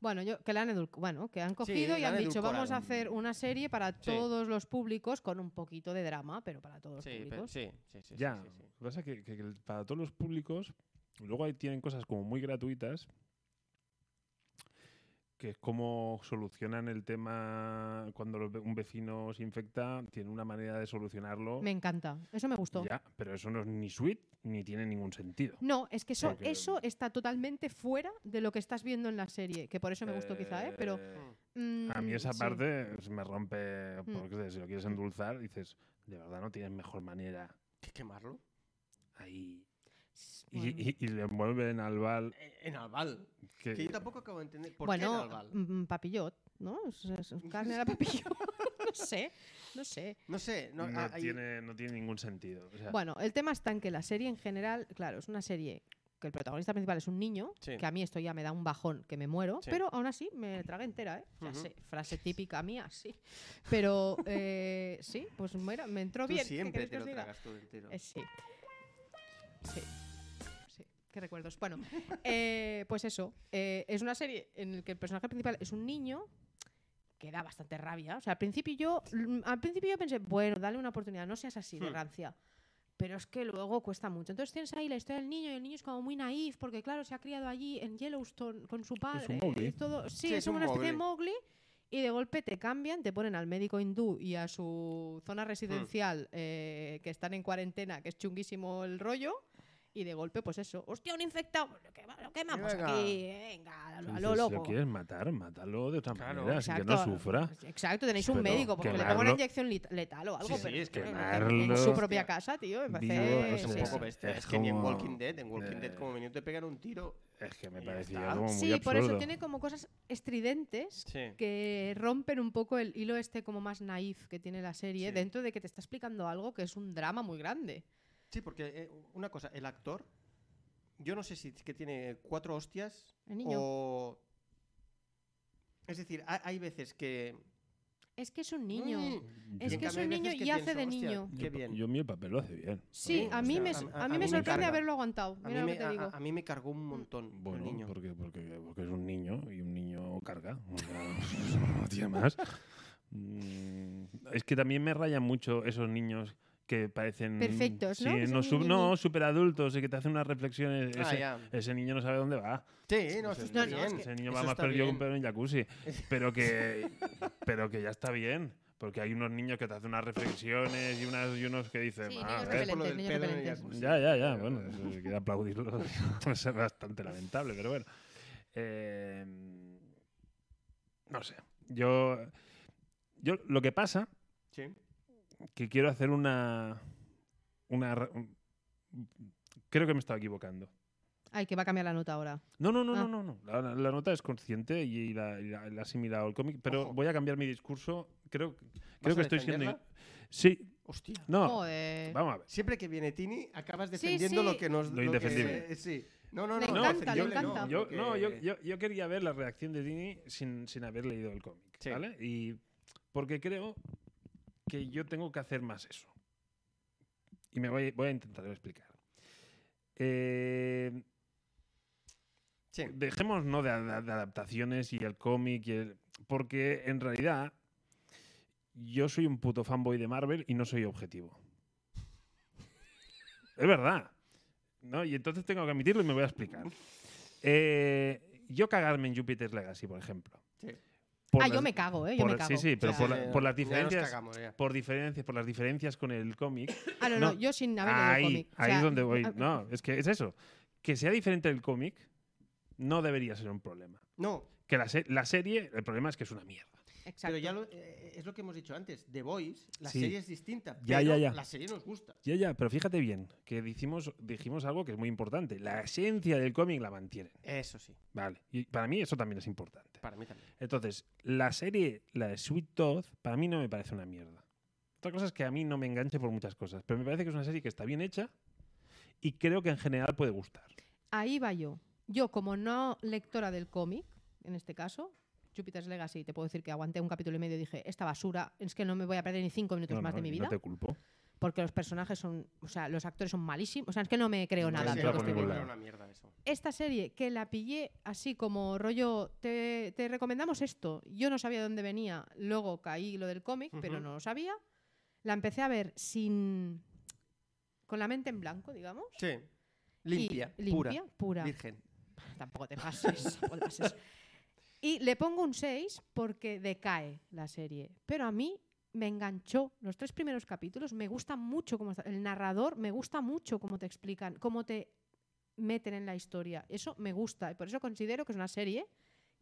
Bueno, yo, que la han edulc- bueno, que han cogido y
la
han
han
dicho, vamos
edulcorado".
a hacer una serie para
Sí.
todos los públicos con un poquito de drama, pero para todos los
sí, pe-
públicos.
sí, sí, sí, sí,
ya.
sí, sí.
Lo que pasa es que, que- que el- para todos los públicos, luego ahí tienen cosas como muy gratuitas, que es como solucionan el tema cuando los ve- un vecino se infecta, tiene una manera de solucionarlo.
Me encanta, eso me gustó.
ya, pero eso no es ni sweet ni tiene ningún sentido.
No, es que eso,
Porque-
eso está totalmente fuera de lo que estás viendo en la serie, que por eso me gustó quizá, ¿eh? Pero
Eh, A
mm,
mí esa
sí.
parte se me rompe,
Mm.
porque si lo quieres endulzar, dices, de verdad no tienes mejor manera
¿Qué- ¿Quemarlo?
ahí.
S-
Y,
bueno.
y- y le envuelven al bal.
Eh, En Albal.
Que,
Que yo tampoco acabo de entender. ¿Por qué en
bueno,
Albal?
mm, papillot, ¿no? Es, es- es carne a la papillot. no sé, no sé.
No sé. No,
no,
ah, ahí-
tiene, no tiene ningún sentido. O sea,
Bueno, el tema está en que la serie en general, claro, es una serie que el protagonista principal es un niño,
Sí.
que a mí esto ya me da un bajón, que me muero,
Sí.
pero aún así me traga entera, ¿eh? Ya
Ujú.
sé, frase típica mía, sí. Pero eh, sí, pues mira, me entró
Tú
bien. ¿qué
siempre
queréis que
te
os
lo
diga?
tragas todo entero.
Eh, sí. Sí. Sí. Qué recuerdos. Bueno, eh, pues eso. eh, es una serie en la que el personaje principal es un niño que da bastante rabia. O sea, al principio yo, mm, al principio yo pensé, bueno, dale una oportunidad, no seas así de
Hmm.
rancia. Pero es que luego cuesta mucho. Entonces tienes ahí la historia del niño y el niño es como muy naif porque, claro, se ha criado allí en Yellowstone con su padre.
Mowgli.
y todo. Sí,
Sí,
es,
es un
una especie de
Mowgli.
Mowgli. Y de golpe te cambian, te ponen al médico hindú y a su
Hmm.
zona residencial eh, que están en cuarentena, que es chunguísimo el rollo. Y de golpe, pues eso, hostia, un infectado, lo quema- lo quemamos
Venga.
aquí, venga, a lo- a
dices,
lo
Si lo
loco.
quieres matar, mátalo de otra
Claro.
manera, sin que no sufra.
Exacto, tenéis un
Pero
médico, porque le pongo una
quemarlo-
inyección lit- letal o algo,
sí,
pero
es que
en- en
quemarlo-
su propia casa, tío, me
Vivo,
parece...
es un
sí,
poco
sí.
bestia. Es,
Es
que ni en
como-
Walking Dead, en Walking Dead
Eh.
como minuto te pegan un tiro.
Es que me
Ya
parecía
está.
como muy
Pues Sí, por eso
absurdo.
tiene como cosas estridentes
Sí.
que rompen un poco el hilo este como más naif que tiene la serie,
Sí.
dentro de que te está explicando algo que es un drama muy grande.
Sí, porque eh, una cosa, el actor, yo no sé si es que tiene cuatro hostias
El niño.
o... Es decir, ha- hay veces que...
Es que es un niño.
Mm.
Yo-
Es
Y en
que es
cambio hay
un
veces
niño
que
y hace de
pienso, "Hostia,
niño.
Qué
yo-
bien.
Yo, a mí el papel lo hace bien.
Sí,
Sí,
a
o
mí
sea,
me,
a- a-
a
a
mí
mí
me
me
sorprende
carga.
haberlo aguantado.
A
Mira
mí,
lo
me,
que te
a-
digo.
ah,
a- a mí me cargó un montón el
Bueno,
niño.
Porque, porque, porque es un niño y un niño carga. o sea, no tiene más. Mm, Es que también me rayan mucho esos niños que parecen.
Perfectos, ¿no?
sí,
Que son
sub-
ni-
no,
ni-
super adultos y que te hacen unas reflexiones.
Ah,
Ese,
ya.
ese niño no sabe dónde va.
Sí, no,
Ese-
eso está
no, no,
bien.
es
Ese niño
Eso
va más
está
perdido que un
bien.
perro en jacuzzi. Pero que, pero que ya está bien. Porque hay unos niños que te hacen unas reflexiones y, unas, y unos que dicen.
Sí,
"Ah,
niños
a
que
ver,
por lo del
repelentes, niños
pedo en el
repelentes.
jacuzzi.
ya, ya, ya. Bueno, eso hay que aplaudirlo. es bastante lamentable, pero bueno. Eh, no sé. Yo, yo lo que pasa
Sí.
que quiero hacer una, una re- creo que me estaba equivocando.
Ay, que va a cambiar la nota ahora.
No, no, no,
Ah.
no, no, no. La, la- la nota es consciente y, la, y la- la he asimilado el cómic, pero
Ojo.
voy a cambiar mi discurso. Creo,
¿Vas
creo
a
que estoy siendo.
defenderla?
Sí,
Hostia.
No,
Joder.
vamos a ver.
Siempre que viene Tini, acabas
Sí,
defendiendo
sí.
lo que nos.
Lo
que-
indefendible.
eh, sí. No, no, no.
Le
lo
encanta, le
yo,
defendible no,
encanta.
Yo,
porque-
no, yo, yo- yo quería ver la reacción de Dini sin, sin haber leído el cómic,
Sí.
¿vale? Y porque creo que yo tengo que hacer más eso. Y me voy, voy a intentar explicar. Eh,
Sí.
dejemos ¿no? de, de- de adaptaciones y el cómic, y el- porque en realidad yo soy un puto fanboy de Marvel y no soy objetivo. es verdad. ¿no? Y entonces tengo que admitirlo y me voy a explicar. Eh, yo cagarme en Jupiter's Legacy, por ejemplo.
Sí.
Por
Ah,
las-
yo me cago, ¿eh? Yo
por-
me cago.
Sí, sí, pero
O sea,
por, la-
Sí,
por las
ya nos
diferencias.
cagamos, ya.
Por diferencias, por las diferencias con el cómic.
Ah, no, no,
no.
yo sin haber leído el
Ahí,
cómic. O
ahí
sea,
es donde voy.
ah,
No, es que es eso. Que sea diferente el cómic no debería ser un problema.
No,
Que la, se- la serie, el problema es que es una mierda.
Exacto.
pero ya lo- eh, es lo que hemos dicho antes. The Voice, la
Sí.
serie es distinta.
Ya,
pero
ya, ya.
La serie nos gusta.
Ya, ya, pero fíjate bien que dijimos, dijimos algo que es muy importante. La esencia del cómic la mantienen.
Eso sí,
Vale. Y para mí eso también es importante.
para mí también.
Entonces, la serie, la de Sweet Tooth, para mí no me parece una mierda. Otra cosa es que a mí no me enganche por muchas cosas, pero me parece que es una serie que está bien hecha y creo que en general puede gustar.
Ahí va yo. Yo, como no lectora del cómic, en este caso, Jupiter's Legacy, te puedo decir que aguanté un capítulo y medio y dije, esta basura, es que no me voy a perder ni cinco minutos
No,
más
no,
de mi
y
vida,
no te culpo.
porque los personajes son, o sea, los actores son malísimos, o sea, es que no me creo
No,
nada.
es
de
sí,
lo
que
que
por
estoy
ningún
viendo.
era
lado.
una mierda eso.
Esta serie que la pillé así como rollo, te, te recomendamos esto, yo no sabía dónde venía, luego caí lo del cómic, pero
Ujú.
no lo sabía, la empecé a ver sin... con la mente en blanco, digamos.
Sí.
y-
Limpia, pura,
limpia, pura.
virgen.
Tampoco te pases. Paul Bassett. y le pongo un 6 porque decae la serie. Pero a mí me enganchó los tres primeros capítulos. Me gusta mucho cómo está. El narrador me gusta mucho cómo te explican, cómo te meten en la historia. Eso me gusta. Y por eso considero que es una serie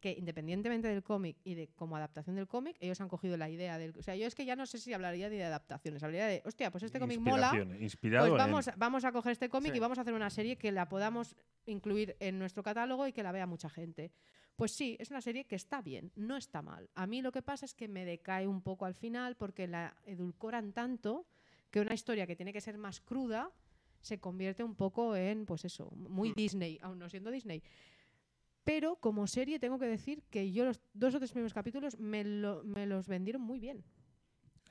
que independientemente del cómic y de como adaptación del cómic, ellos han cogido la idea del... O sea, yo es que ya no sé si hablaría de adaptaciones, hablaría de, hostia, pues este cómic mola,
Inspiración, eh, Inspirado
pues
en-
vamos, a- vamos a coger este cómic
Sí.
y vamos a hacer una serie que la podamos incluir en nuestro catálogo y que la vea mucha gente. Pues sí, es una serie que está bien, no está mal. A mí lo que pasa es que me decae un poco al final porque la edulcoran tanto que una historia que tiene que ser más cruda se convierte un poco en, pues eso, muy
Mm.
Disney, aún no siendo Disney. Pero como serie tengo que decir que yo los dos o tres primeros capítulos me, lo- me los vendieron muy bien.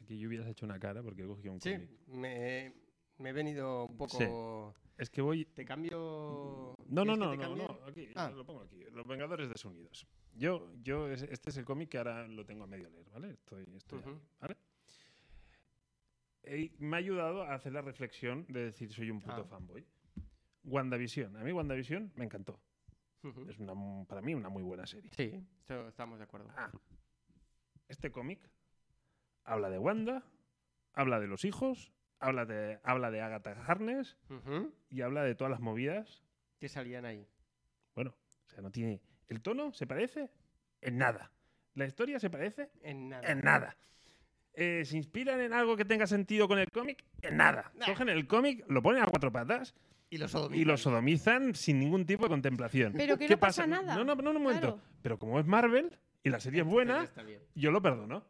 Aquí yo hubieras hecho una cara porque he cogido un
Sí,
cómic.
me, me he venido un poco...
Es que voy...
Te cambio...
No, no,
¿Quieres que
no,
te
no,
cambie?
no, aquí,
Ah.
lo pongo aquí. Los Vengadores desunidos. Yo, yo, es- este es el cómic que ahora lo tengo a medio leer, ¿vale? Estoy, estoy
Ujú.
ahí, ¿vale? Y me ha ayudado a hacer la reflexión de decir soy un puto
Ah.
fanboy. WandaVision. A mí WandaVision me encantó.
Ujú.
Es una, mu- para mí una muy buena serie.
Sí, esto estamos de acuerdo.
Ah, este cómic habla de Wanda, habla de los hijos, habla de, habla de Agatha Harness
Ujú.
y habla de todas las movidas.
¿Qué salían ahí?
Bueno, o sea, no tiene... El tono se parece en nada. La historia se parece
En nada.
en nada. Eh, ¿Se inspiran en algo que tenga sentido con el cómic? En nada.
Nah.
Cogen el cómic, lo ponen a cuatro patas
Y los
y lo sodomizan sin ningún tipo de contemplación.
Pero que
¿Qué
no pasa nada.
No, no, no, no, un momento.
Claro.
Pero como es Marvel y la serie es buena,
Está bien.
yo lo perdono.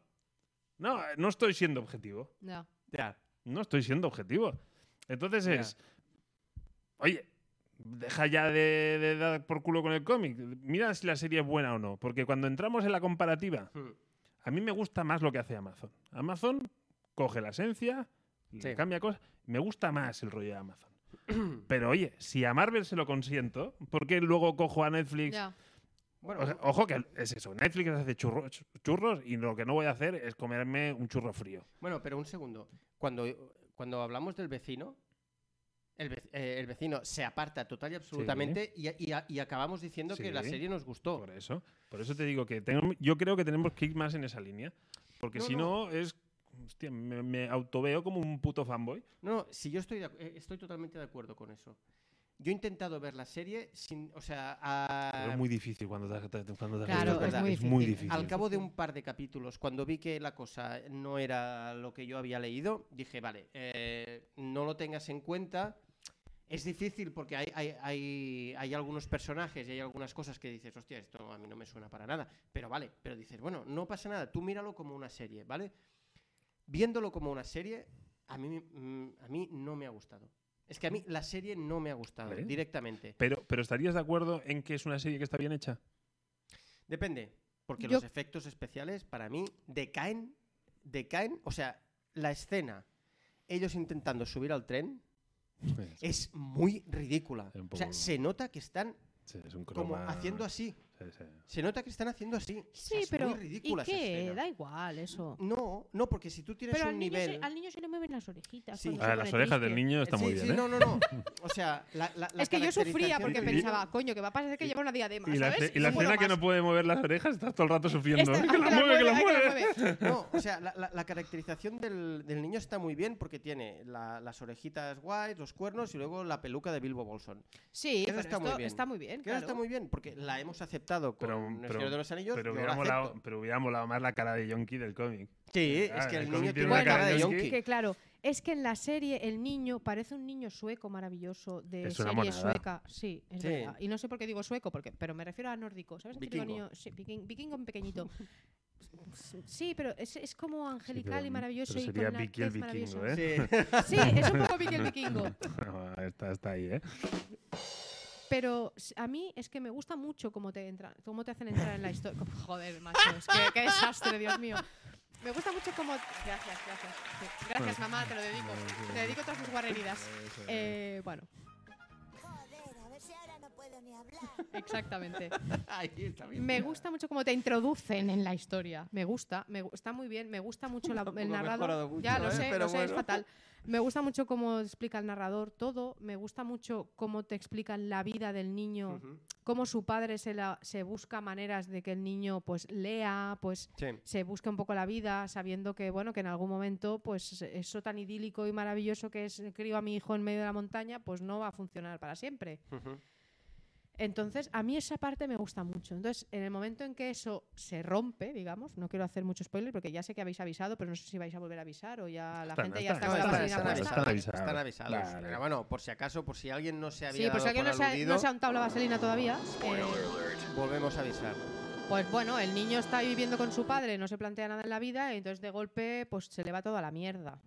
No, eh, no estoy siendo objetivo.
Ya.
Ya.
No estoy siendo objetivo. Entonces
Ya.
es. Oye, deja ya de, de dar por culo con el cómic. Mira si la serie es buena o no. Porque cuando entramos en la comparativa,
Ujú.
a mí me gusta más lo que hace Amazon. Amazon coge la esencia, le
Sí.
cambia cosas. Me gusta más el rollo de Amazon. Pero oye, si a Marvel se lo consiento, ¿por qué luego cojo a Netflix?
ya.
Bueno,
O sea, ojo que es eso, Netflix hace churros, churros y lo que no voy a hacer es comerme un churro frío.
bueno, pero un segundo. Cuando, cuando hablamos del vecino, el, vec- eh, el vecino se aparta total y absolutamente y a- y, a- y acabamos diciendo que la
Sí.
serie nos gustó.
Por eso, por eso te digo que tengo- yo creo que tenemos que ir más en esa línea, porque
No,
si no, es hostia, me, me autoveo como un puto fanboy.
No, no, si yo estoy, de ac- eh, estoy totalmente de acuerdo con eso. Yo he intentado ver la serie sin, o sea, a-
Pero es muy difícil cuando te, te- cuando te has
Claro,
leído el
es
cómic,
muy difícil.
difícil.
al cabo de un par de capítulos, cuando vi que la cosa no era lo que yo había leído, dije, vale, eh, no lo tengas en cuenta. Es difícil porque hay, hay, hay, hay algunos personajes y hay algunas cosas que dices, hostia, esto a mí no me suena para nada. Pero vale, pero dices, bueno, no pasa nada, tú míralo como una serie, ¿vale? Viéndolo como una serie, a mí, mm, a mí no me ha gustado. Es que a mí la serie no me ha gustado
¿Eh?
directamente.
Pero, pero ¿estarías de acuerdo en que es una serie que está bien hecha?
Depende, porque
Yo-
los efectos especiales para mí decaen, decaen, o sea, la escena, ellos intentando subir al tren, es muy ridícula.
Es un
O sea,
poco-
se nota que están
Sí, es un
como
croma-
haciendo Ah, así.
Sí, sí.
Se nota que están haciendo así. O
Sí,
sea, es
pero.
muy ridícula
¿Y
esa
qué?
escena.
Da igual eso.
No, no, porque si tú tienes
Pero
un
al niño,
nivel...
se, al niño se le mueven las orejitas.
Sí.
cuando
Ah,
se
las
pone
orejas del
triste.
niño están
sí,
muy bien.
sí,
¿eh?
no, no, no. O sea, la, la- la
Es que yo sufría
caracterización-
porque
Y- y-
pensaba, coño, que va a pasar que lleva una diadema.
Y la,
¿sabes?
ce- y la
puedo
escena que no
más. Este, ah,
puede mover las orejas está todo el rato sufriendo. ¿eh?
Esta-
¡Que
ay,
la mueve, que la
ay,
mueve!
No, o sea, la, la- la caracterización del, del niño está muy bien porque tiene la- las orejitas guays, los cuernos y luego la peluca de Bilbo Bolson.
Sí,
Eso
pero
está
esto
muy bien.
está muy bien.
Que ahora está
claro.
muy bien porque la hemos aceptado con
Pero-
El
pero-
Señor de los Anillos.
Pero
yo la
hubiera, molado,
acepto.
pero hubiera molado más la cara de Yonki del cómic.
Sí, es
Ah,
que
el
el
cómic
niño tiene
tiene
una
una
cara
cara
de
de
yonki.
yonki.
que claro, es que en la serie el niño parece un niño sueco maravilloso de
Es una
serie
monada.
sueca. Sí, es
Sí.
verdad. Y no sé por qué digo sueco, porque, pero me refiero a nórdico. ¿Sabes? El típico
Vikingo.
niño- sí, viking- vikingo en pequeñito. sí, pero es, es como angelical
pero-
y maravilloso.
pero
y
sería
con una
Vicky el
tez
vikingo,
maravillosa.
¿eh?
Sí.
Sí, es un poco Vicky el vikingo.
está, está ahí, ¿eh?
Pero s- a mí es que me gusta mucho cómo te, entra, cómo te hacen entrar en la historia. Joder, macho, es que qué desastre, Dios mío. Me gusta mucho cómo... Gracias, gracias. Sí, Gracias, mamá, te lo dedico. Te dedico todas mis guarreridas. Eh, bueno,
Joder, a ver si ahora no puedo ni hablar.
exactamente.
Ahí está bien.
Me gusta mucho cómo te introducen en la historia. Me gusta, me gu- está muy bien, me gusta mucho la-
Tampoco ha
el
mejorado
narrador.
mucho,
ya lo
¿eh?
sé,
Pero
lo sé, es
bueno.
fatal. Me gusta mucho cómo explica el narrador todo, me gusta mucho cómo te explican la vida del niño,
Ujú.
cómo su padre se, la- se busca maneras de que el niño pues lea, pues
Sí.
se busca un poco la vida sabiendo que bueno que en algún momento pues eso tan idílico y maravilloso que es crío a mi hijo en medio de la montaña pues no va a funcionar para siempre
Ujú.
entonces, a mí esa parte me gusta mucho. Entonces, en el momento en que eso se rompe, digamos, no quiero hacer mucho spoiler porque ya sé que habéis avisado, pero no sé si vais a volver a avisar o ya la
Están-
gente ya está
están-
con la
están
página
avisados,
puesta.
están avisados.
Están avisados.
Vale.
Pero bueno, por si acaso, por si alguien no se había
Sí, por si
dado
alguien no
por
se, ha,
aludido,
no se ha untado la vaselina todavía, eh,
volvemos a avisar.
pues bueno, el niño está ahí viviendo con su padre, no se plantea nada en la vida, y entonces de golpe pues se le va todo a la mierda.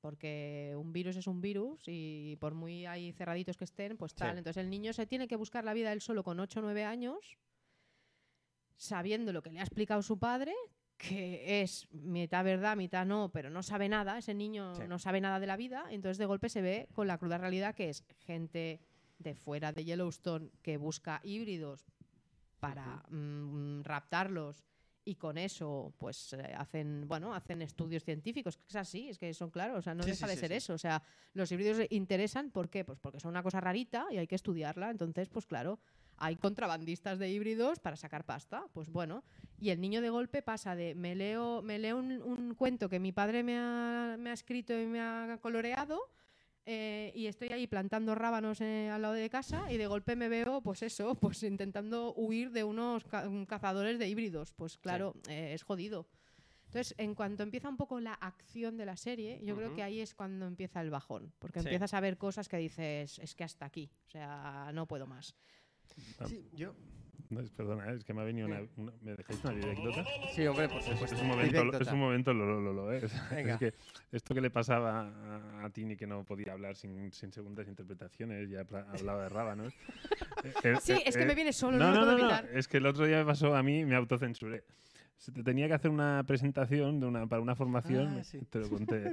Porque un virus es un virus y por muy ahí cerraditos que estén, pues tal.
Sí.
Entonces el niño se tiene que buscar la vida él solo con 8 o 9 años, sabiendo lo que le ha explicado su padre, que es mitad verdad, mitad no, pero no sabe nada, ese niño
Sí.
no sabe nada de la vida, entonces de golpe se ve con la cruda realidad que es gente de fuera de Yellowstone que busca híbridos para mm, raptarlos y con eso pues eh, hacen bueno hacen estudios científicos que es así es que son claros o sea no
Sí,
deja
sí,
de
sí,
ser
sí.
eso o sea los híbridos interesan por qué pues porque son una cosa rarita y hay que estudiarla entonces pues claro hay contrabandistas de híbridos para sacar pasta pues bueno y el niño de golpe pasa de me leo me leo un, un cuento que mi padre me ha, me ha escrito y me ha coloreado eh, y estoy ahí plantando rábanos eh, al lado de casa y de golpe me veo, pues eso, pues intentando huir de unos ca- un cazadores de híbridos. Pues claro, eh, es jodido. Entonces, en cuanto empieza un poco la acción de la serie, yo creo
Ujú.
que ahí es cuando empieza el bajón, porque
Sí.
empiezas a ver cosas que dices, es que hasta aquí, o sea, no puedo más.
Ah.
Sí, yo.
No, es- perdona, es que me ha venido una, una- ¿Me dejáis una anécdota?
Sí, hombre, por
Pues
supuesto.
es un momento,
Anécdota.
es un momento lo, lo, lo, lo, ¿eh?
Venga.
Es que esto que le pasaba a, a Tini que no podía hablar sin, sin segundas interpretaciones, ya pla- hablaba de rábanos. Eh, eh,
Sí,
eh,
es que me
eh,
viene solo, no,
No,
lo
no,
puedo
no, no,
evitar.
es que el otro día me pasó a mí y me autocensuré. Se- te- Tenía que hacer una presentación de una, para una formación,
Ah, sí.
te lo conté.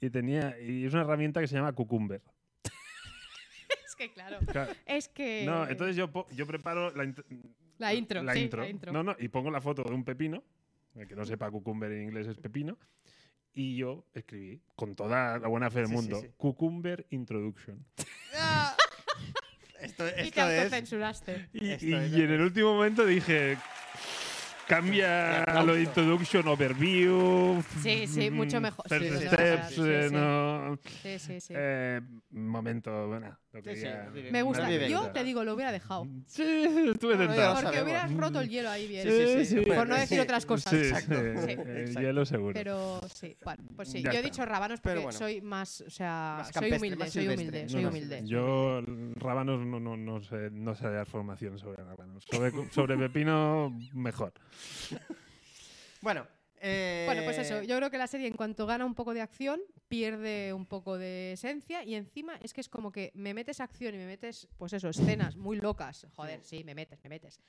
Y, tenía, y es una herramienta que se llama Cucumber.
Es que claro,
Claro,
es que
No, entonces yo, po- yo preparo la, int-
la intro, sí,
intro.
la intro.
No, no, y pongo la foto de un pepino, el que no sepa cucumber en inglés es pepino, y yo escribí, con toda la buena fe del
Sí, sí,
mundo,
sí.
Cucumber Introduction.
Esto,
y
esto
te
es.
autocensuraste.
Y,
Esto
y-
es-
y en el último momento dije, cambia
aplauso.
lo de Introduction, Overview.
Sí, sí,
mm,
mucho mejor.
First
Sí, sí, sí.
Steps,
Sí, sí,
eh,
sí.
no-
Sí, sí, sí.
eh, momento, bueno, lo
Sí, sí,
quería-
lo diré.
Me
una
gusta.
Una
Yo
anécdota.
te digo, lo hubiera dejado.
Sí, estuve
Bueno,
tentado.
ya lo
Porque
sabemos.
hubieras roto el hielo ahí bien.
Sí, sí, sí, hombre,
Por no decir
sí.
otras cosas.
Sí,
Exacto.
sí,
Sí.
eh,
Exacto.
ya lo seguro.
Pero sí, bueno, pues sí.
Ya
yo he
está.
dicho rábanos
Pero
porque
bueno.
soy más, o sea,
Más
soy
campestre,
humilde,
más
soy
silvestre.
humilde,
No,
soy
no,
humilde.
Yo, l- rábanos, no, no, no sé, no sé dar formación sobre rábanos. Sobre, cu- sobre pepino, mejor.
Bueno, Eh,
Bueno, pues eso, yo creo que la serie en cuanto gana un poco de acción, pierde un poco de esencia y encima es que es como que me metes acción y me metes, pues eso, escenas muy locas. Joder, sí, me metes, me metes.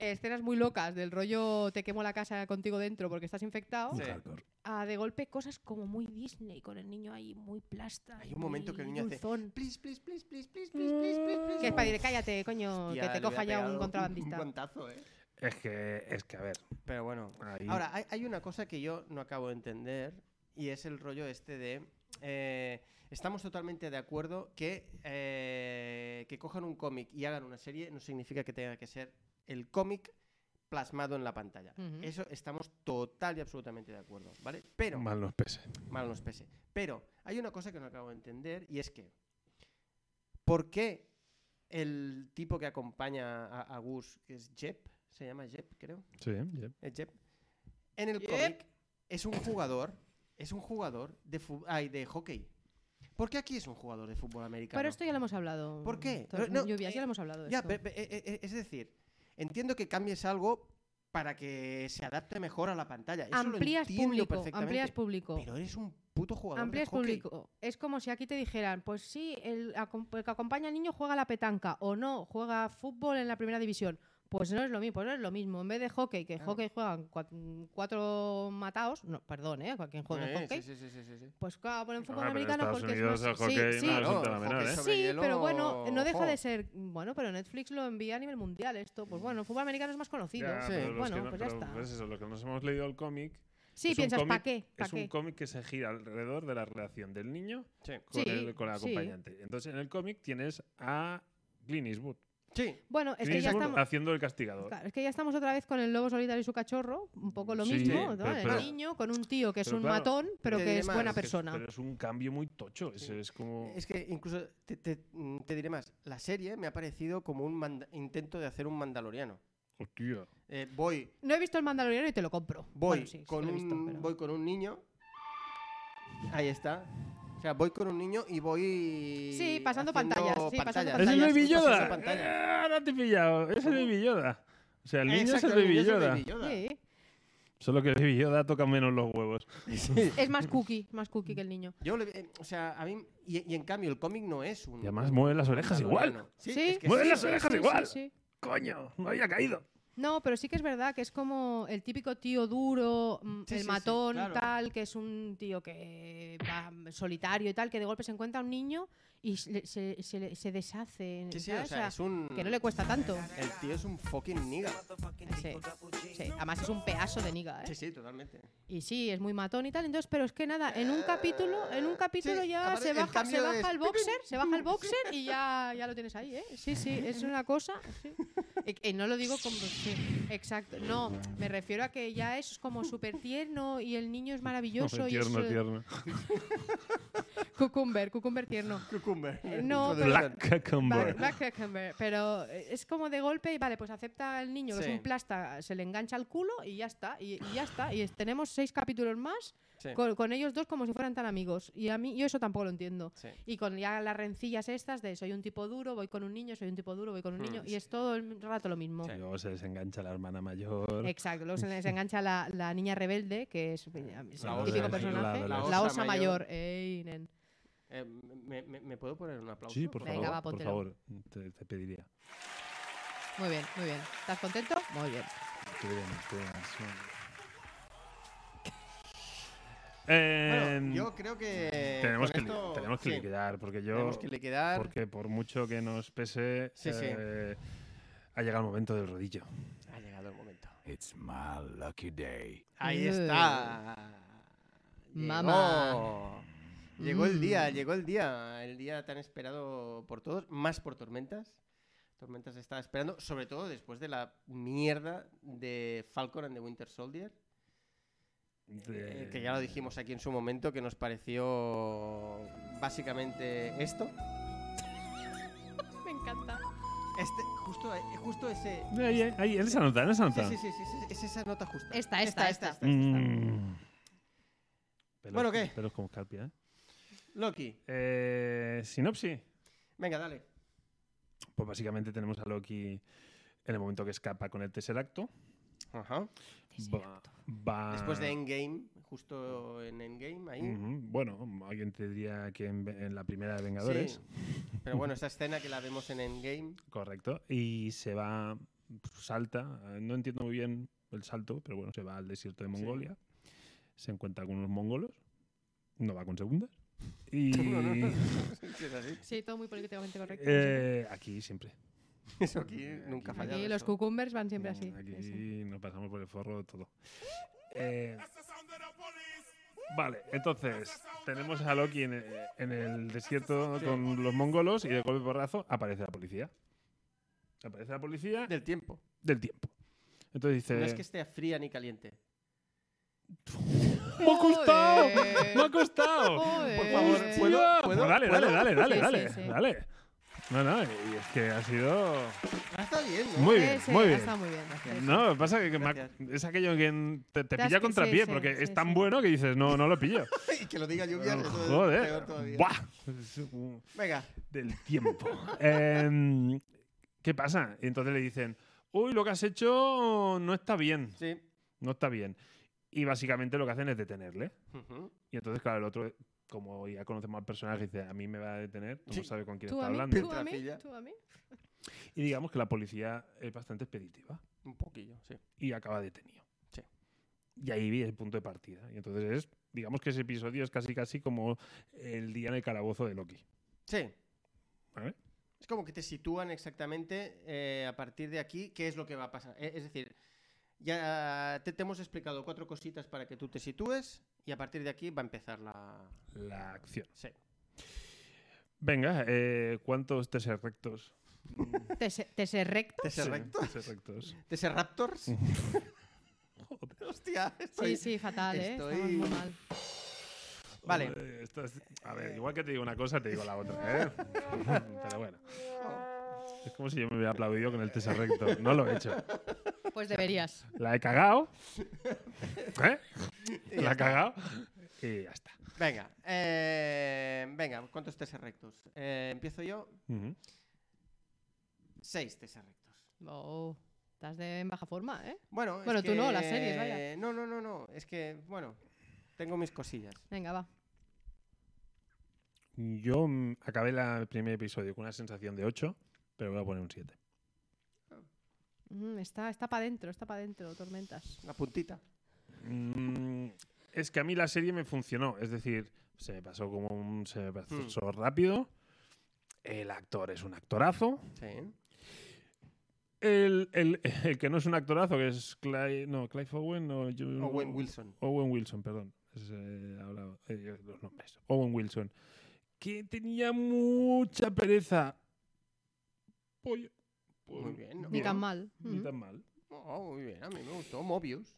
Eh, Escenas muy locas del rollo te quemo la casa contigo dentro porque estás infectado.
Sí.
hardcore.
A de golpe cosas como muy Disney, con el niño ahí muy plasta.
Hay
y
un momento
muy
que el niño hace,
dulzón.
Please, please, please, please, please, please, please, please, please.
Que es para decir, cállate, coño,
Hostia,
que
le
te
hubiera
coja ya
pegado
un
Un
contrabandista.
guantazo, eh.
Es que, es que, a ver.
Pero bueno.
ahí-
Ahora, hay, hay una cosa que yo no acabo de entender y es el rollo este de... eh, estamos totalmente de acuerdo que, eh, que cojan un cómic y hagan una serie no significa que tenga que ser el cómic plasmado en la pantalla.
Ujú.
Eso estamos total y absolutamente de acuerdo, ¿vale? Pero, mal.
Mal nos pese.
nos pese. Pero hay una cosa que no acabo de entender y es que, ¿por qué el tipo que acompaña a, a Gus, que es Jep, se llama Jep, creo?
Sí,
Eh, Jep. En el
Jep.
cómic es un jugador, es un jugador de fu- ay, de hockey. ¿Por qué aquí es un jugador de fútbol americano?
Pero esto ya lo hemos hablado.
¿Por qué?
Todas
No,
las lluvias,
eh,
ya lo hemos hablado. de
Ya,
esto.
pe- pe- eh, eh, es decir, entiendo que cambies algo para que se adapte mejor a la pantalla. Eso lo
amplías
entiendo
público,
perfectamente.
amplías público.
Pero eres un puto jugador
Amplías
de hockey.
público. Es como si aquí te dijeran, pues sí, el, acom- el que acompaña al niño juega a la petanca o no, juega fútbol en la primera división. Pues no es lo mismo, pues no es lo mismo. En vez de hockey, que en
Claro.
hockey juegan cua- cuatro mataos, no, perdón, ¿eh? Cualquier juego
Eh,
de
sí,
hockey.
sí, sí, sí, sí, sí.
Pues claro, ponen fútbol
pero en
americano
Estados
porque
Unidos
es más...
el hockey
sí, oh,
no
sí,
es un tema
el
menor,
hockey
¿eh?
sobre
Sí,
hielo,
pero bueno, no deja
ojo.
de ser. Bueno, pero Netflix lo envía a nivel mundial esto. Pues bueno, el fútbol americano es más conocido.
Ya,
Sí.
pero los
Bueno,
que no-
pues ya
pero,
está.
pues eso, los que nos hemos leído el cómic.
Sí,
es un
piensas,
cómic-
¿para qué? ¿Para
Es un
qué?
cómic que se gira alrededor de la relación del niño
Sí.
con,
Sí,
el, con la
sí.
acompañante. Entonces, en el cómic tienes a Clint Eastwood.
Sí.
Bueno, es
Clint
que ya
Eastwood
estamos.
haciendo el castigador.
Claro, es que ya estamos otra vez con el lobo solitario y su cachorro, un poco lo
Sí,
mismo, ¿no?
pero
el
claro.
niño con un tío que es
Pero
un
claro,
matón, pero
te
que
diré
es
más,
buena
es que
Es-
persona.
Pero es un cambio muy tocho. Es,
Sí.
es como.
Es que incluso te, te- mm, te diré más. La serie me ha parecido como un manda- intento de hacer un mandaloriano.
Hostia.
Eh, voy
No he visto el Mandaloriano y te lo compro.
Voy,
Bueno, sí, sí
con
lo he
un,
visto, pero-
voy con un niño. Ahí está. O sea, voy con un niño y voy.
Sí, pasando
haciendo
pantallas, sí, pasando
¡Es el
Pantallas,
Baby
pasando
Yoda!
pantallas.
¡Eh, ahora te he pillado. Es el Baby Yoda. O sea, el niño es
Exacto,
el Baby Yoda.
Baby Yoda.
Sí,
Solo que el Baby Yoda toca menos los huevos.
es más cookie, más cookie que el niño.
Yo le- eh, o sea, a mí. Y, y en cambio, el cómic no es un.
Y además mueve las orejas igual.
mandaloriano. Sí,
Sí.
es que
Mueve
sí.
las orejas igual.
sí, sí.
¡Coño! No había caído.
No, pero sí que es verdad que es como el típico tío duro, mm,
Sí, sí,
el
sí,
matón,
claro.
tal, que es un tío que va mm, solitario y tal, que de golpe se encuentra un niño y se, se- se le- se deshace.
Sí, sí,
¿sabes?
o sea, es un.
que no le cuesta tanto.
El tío es un fucking nigga.
Sí, sí. Además es un pedazo de niga, ¿eh?
Sí, sí, totalmente.
Y sí, es muy matón y tal, entonces, pero es que nada, en un capítulo, en un capítulo
Sí,
ya
aparte
se
el
baja,
cambio
se baja
es
el
pim, pim,
boxer, se baja el boxer y ya, ya lo tienes ahí, ¿eh? Sí, sí, es una cosa. sí. Y- y no lo digo como. sí, exacto. No, me refiero a que ya es como súper tierno y el niño es maravilloso.
Hombre,
y es,
tierno,
eh,
tierno.
Cucumber, cucumber tierno.
Cucumber.
Eh, no, pero-
Black Cucumber.
Black, Black Cucumber, pero eh, es como de golpe y vale, pues acepta al niño que
Sí.
es un plasta, se le engancha al culo y ya está, y, y ya está. Y es- tenemos seis capítulos más
Sí.
con, con ellos dos como si fueran tan amigos. Y a mí, yo eso tampoco lo entiendo.
Sí.
Y con ya las rencillas estas de soy un tipo duro, voy con un niño, soy un tipo duro, voy con un
Mm,
niño,
sí.
y es todo el rato lo mismo.
Sí.
Luego se desengancha la hermana mayor.
Exacto, luego se les engancha la, la niña rebelde, que es, eh, es
La
el
osa,
típico
sí,
personaje,
la-
la,
la
osa,
osa
mayor.
mayor.
Ey, nen.
Eh, me, me- me puedo poner un aplauso?
Sí, por
Venga,
favor,
va,
por
póntelo.
favor, te, te pediría.
Muy bien, muy bien. ¿Estás contento? Muy bien.
Te pediría más, te pediría más. Eh,
Bueno, yo creo que.
tenemos, que,
con
li-
esto-
tenemos que
sí,
liquidar, porque yo,
Tenemos que liquidar.
porque por mucho que nos pese,
Sí, sí.
eh, ha llegado el momento del rodillo.
Ha llegado el momento.
It's my lucky day.
Ahí
Eh.
está. Llegó.
Mamá.
Llegó el día,
Mm.
llegó el día. El día tan esperado por todos, más por Tormentas. Tormentas estaba esperando, sobre todo después de la mierda de Falcon and the Winter Soldier. eh, que ya lo dijimos aquí en su momento, que nos pareció básicamente esto.
Me encanta.
Este, justo, eh, justo ese.
Ahí, ahí, ahí, en esa nota, en esa
Sí,
nota.
sí, sí, sí, sí, es esa nota justa.
Esta, esta, esta.
Mm. Pelos-
Bueno, ¿qué?
Pelos como escarpia, ¿eh?
Loki,
Eh, sinopsis.
venga, dale.
Pues básicamente tenemos a Loki en el momento que escapa con el tercer acto.
Ajá.
Desierto.
Va-
Después de Endgame, justo en Endgame, ahí.
Ujú, Bueno, alguien te diría que en, en la primera de Vengadores.
Sí. Pero bueno, esta escena que la vemos en Endgame.
Correcto. Y se va, salta, eh, no entiendo muy bien el salto, pero bueno, se va al desierto de Mongolia. Se encuentra con unos mongolos. No va con segundas. Y
No, no, no. Sí, es así.
Sí, todo muy políticamente correcto. no sé
eh, aquí siempre.
Eso aquí nunca
qué.
falla.
Aquí los cucumbers van siempre
Mm,
así.
Aquí
sí.
nos pasamos por el forro todo. Eh, vale, entonces tenemos a Loki en el, en el desierto con los mongolos y de golpe porrazo aparece la policía. Aparece la policía del,
del tiempo.
tiempo. Entonces dice...
No es que esté fría ni caliente.
¡Me ha costado!
Joder.
¡Me ha costado!
Joder.
Por favor,
Hostia.
¿puedo? ¿puedo?
Pues Dale,
¿puedo?
dale, dale, dale,
Sí,
dale,
sí, sí.
dale. No, no, y es que ha sido...
Ah, está bien, ¿no?
Muy
Sí,
bien,
Eh, sí,
muy
ha
bien.
estado muy bien. Sí, sí.
No, lo que pasa es que me ha-
Gracias.
es aquello que en- te, te
Te has
pilla
que-
contra
sí,
pie,
sí,
porque
sí,
es tan
sí.
bueno que dices, no, no lo pillo.
Y que lo diga lluvia. eso es peor
Joder,
todavía.
¡buah! Es un-
Venga,
Del tiempo. Em, ¿Qué pasa? Y entonces le dicen, uy, lo que has hecho no está bien,
sí.
no está bien. Y básicamente lo que hacen es detenerle.
Ujú.
Y entonces, claro, el otro, como ya conocemos al personaje, dice, a mí me va a detener, tú no
Sí.
sabes con quién
¿Tú
está
a, mí,
hablando.
tú a mí,
Trafilla.
tú a mí.
Y digamos que la policía es bastante expeditiva
Un poquillo, sí.
y acaba detenido.
Sí.
Y ahí vi el punto de partida. Y entonces es, digamos que ese episodio es casi casi como el día en el calabozo de Loki.
Sí.
¿Vale?
Es como que te sitúan exactamente eh, a partir de aquí qué es lo que va a pasar. Eh, Es decir, ya te, te hemos explicado cuatro cositas para que tú te sitúes y a partir de aquí va a empezar la...
La acción.
Sí.
Venga, eh, ¿cuántos teserrectos?
Tese- Teserrecto.
¿Tesserrectos?
Sí, teserrectos.
¿Tesserraptors? Hostia, estoy...
Sí, sí, fatal, ¿eh?
estoy-
Estamos muy mal.
Vale.
Joder, esto es- A ver, igual que te digo una cosa, te digo la otra, ¿eh? Pero bueno. Es como si yo me hubiera aplaudido con el teserrecto. No lo he hecho.
Pues deberías.
La he cagado. ¿Eh?
ya
La he cagado. Y ya está.
Venga, eh, venga, ¿cuántos tesserrectos? Eh, empiezo yo.
Ujú.
Seis tesserrectos.
Oh, estás de en baja forma, ¿eh?
Bueno, es
Bueno, tú no, las
que-
series, vaya.
No, no, no, no. Es que, bueno, tengo mis cosillas.
Venga, va.
Yo mm, acabé la- el primer episodio con una sensación de 8, pero voy a poner un 7.
Mm, está está para adentro, está para adentro, tormentas.
La puntita.
Mm, es que a mí la serie me funcionó. Es decir, se me pasó como un. Se me pasó
Mm.
rápido. El actor es un actorazo.
Sí.
El, el- el que no es un actorazo, que es Clive. No, Clive Owen o. yo-
Owen Wilson.
Owen Wilson, perdón. Es, eh, ahora, eh, los nombres. Owen Wilson. Que tenía mucha pereza. Pollo.
Muy bien, ¿no?
Ni
Bien.
tan mal.
Ni
Mm.
tan mal.
Oh, muy bien, a mí me gustó. Mobius.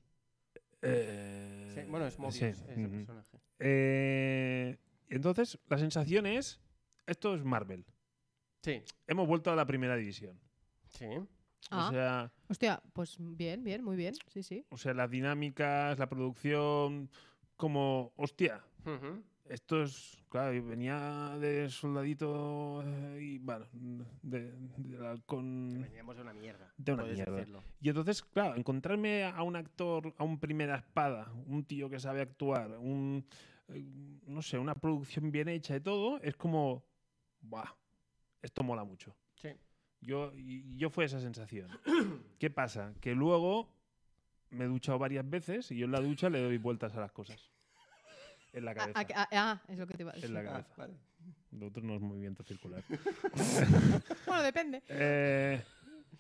Eh,
Sí, bueno, es Mobius
sí,
ese
ujú.
personaje.
Eh, entonces, la sensación es. Esto es Marvel.
Sí,
Hemos vuelto a la primera división.
sí.
Ah,
O, sea,
hostia, pues bien, bien, muy bien. Sí, sí.
o sea, las dinámicas, la producción. Como, hostia,
Ujú.
Esto es, claro, yo venía de soldadito eh, y, bueno, de, del halcón.
Veníamos de una mierda.
De una
puedes
mierda.
decirlo.
Y entonces, claro, encontrarme a un actor, a un primera espada, un tío que sabe actuar, un, eh, no sé, una producción bien hecha y todo, es como, ¡buah! Esto mola mucho.
Sí.
Yo, y- yo fue esa sensación. ¿Qué pasa? Que luego me he duchado varias veces y yo en la ducha le doy vueltas a las cosas. En la
Ah,
cabeza.
ah, ah, ah, es lo que te iba a
en la
decir.
cabeza.
Ah, vale.
Lo otro no es movimiento circular.
Bueno, depende.
Eh,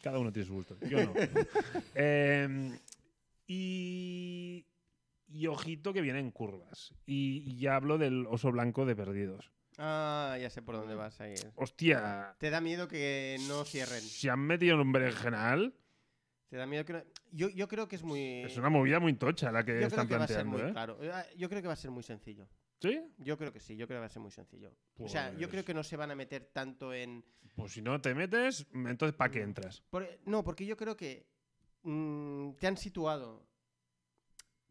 cada uno tiene su gusto. Yo no. Eh, y, y ojito que vienen curvas. Y, y ya hablo del oso blanco de perdidos.
Ah, ya sé por dónde vas a ir.
Hostia.
Te da miedo que no cierren.
Se han metido en un berenjenal.
Te da miedo que no... Yo, yo creo que es muy...
Es una movida muy tocha la que
Yo creo
están
que va a ser
planteando.
muy
¿eh?
claro. Eh, Yo creo que va a ser muy sencillo.
¿Sí?
Yo creo que sí, yo creo que va a ser muy sencillo. O sea, yo
Pues-
creo que no se van a meter tanto en...
Pues si no te metes, entonces ¿para qué entras?
Por- e, no, porque yo creo que mm, te han situado.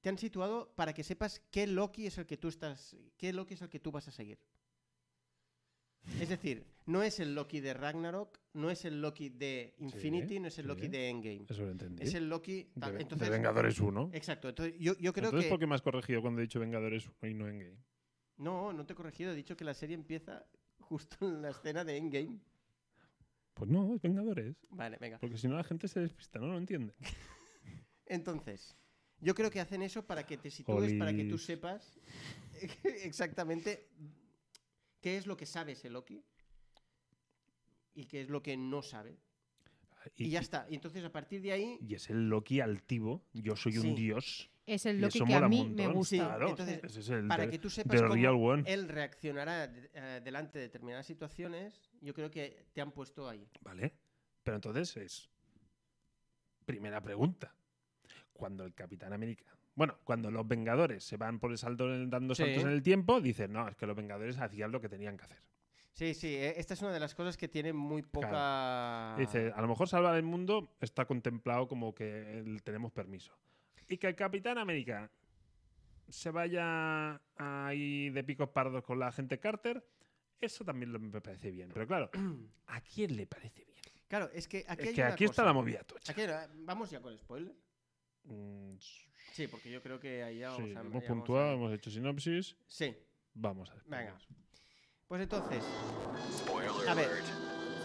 Te han situado para que sepas qué Loki es el que tú estás. qué Loki es el que tú vas a seguir. Es decir, no es el Loki de Ragnarok, no es el Loki de Infinity, no es el
sí.
Loki de Endgame.
Eso lo entendí.
Es el Loki.
De-
tal.
de
entonces,
Vengadores 1.
Exacto. Entonces, yo, yo creo
Entonces,
que.
¿por qué me has corregido cuando he dicho Vengadores 1 y no Endgame?
No, no te he corregido. He dicho que la serie empieza justo en la escena de Endgame.
Pues no, es Vengadores.
Vale, venga.
Porque si no, la gente se despista, no lo entiende.
Entonces, yo creo que hacen eso para que te sitúes, para que tú
Jolis.
sepas exactamente qué es lo que sabe ese Loki y qué es lo que no sabe. Y, ya está. Y entonces, a partir de ahí.
y es el Loki altivo. Yo soy
Sí.
un dios.
Es el
y eso
Loki que a
mola
mí
un
me
montón.
gusta.
Sí,
Claro,
entonces,
ese es el
Para
de-
que tú sepas
del
cómo
real one.
él reaccionará eh, delante de determinadas situaciones, yo creo que te han puesto ahí.
Vale. Pero entonces es. Primera pregunta. Cuando el Capitán América. Bueno, cuando los Vengadores se van por el salto dando
Sí.
saltos en el tiempo, dicen, no, es que los Vengadores hacían lo que tenían que hacer.
Sí, sí, eh, esta es una de las cosas que tiene muy poca...
Dice, a lo mejor salvar el mundo está contemplado como que el- tenemos permiso. Y que el Capitán América se vaya ahí de picos pardos con la gente Carter, eso también lo- me parece bien. Pero claro, ¿a quién le parece bien?
Claro, es que aquí,
es
hay
que
una
aquí está
cosa.
la movida tocha.
Aquí era- Vamos ya con spoiler.
Mm,
Sí, porque yo creo que ahí ya
sí,
vamos a...
hemos
ya vamos
puntuado,
a-
hemos hecho sinopsis.
Sí,
Vamos a ver.
venga. Pues entonces... A ver,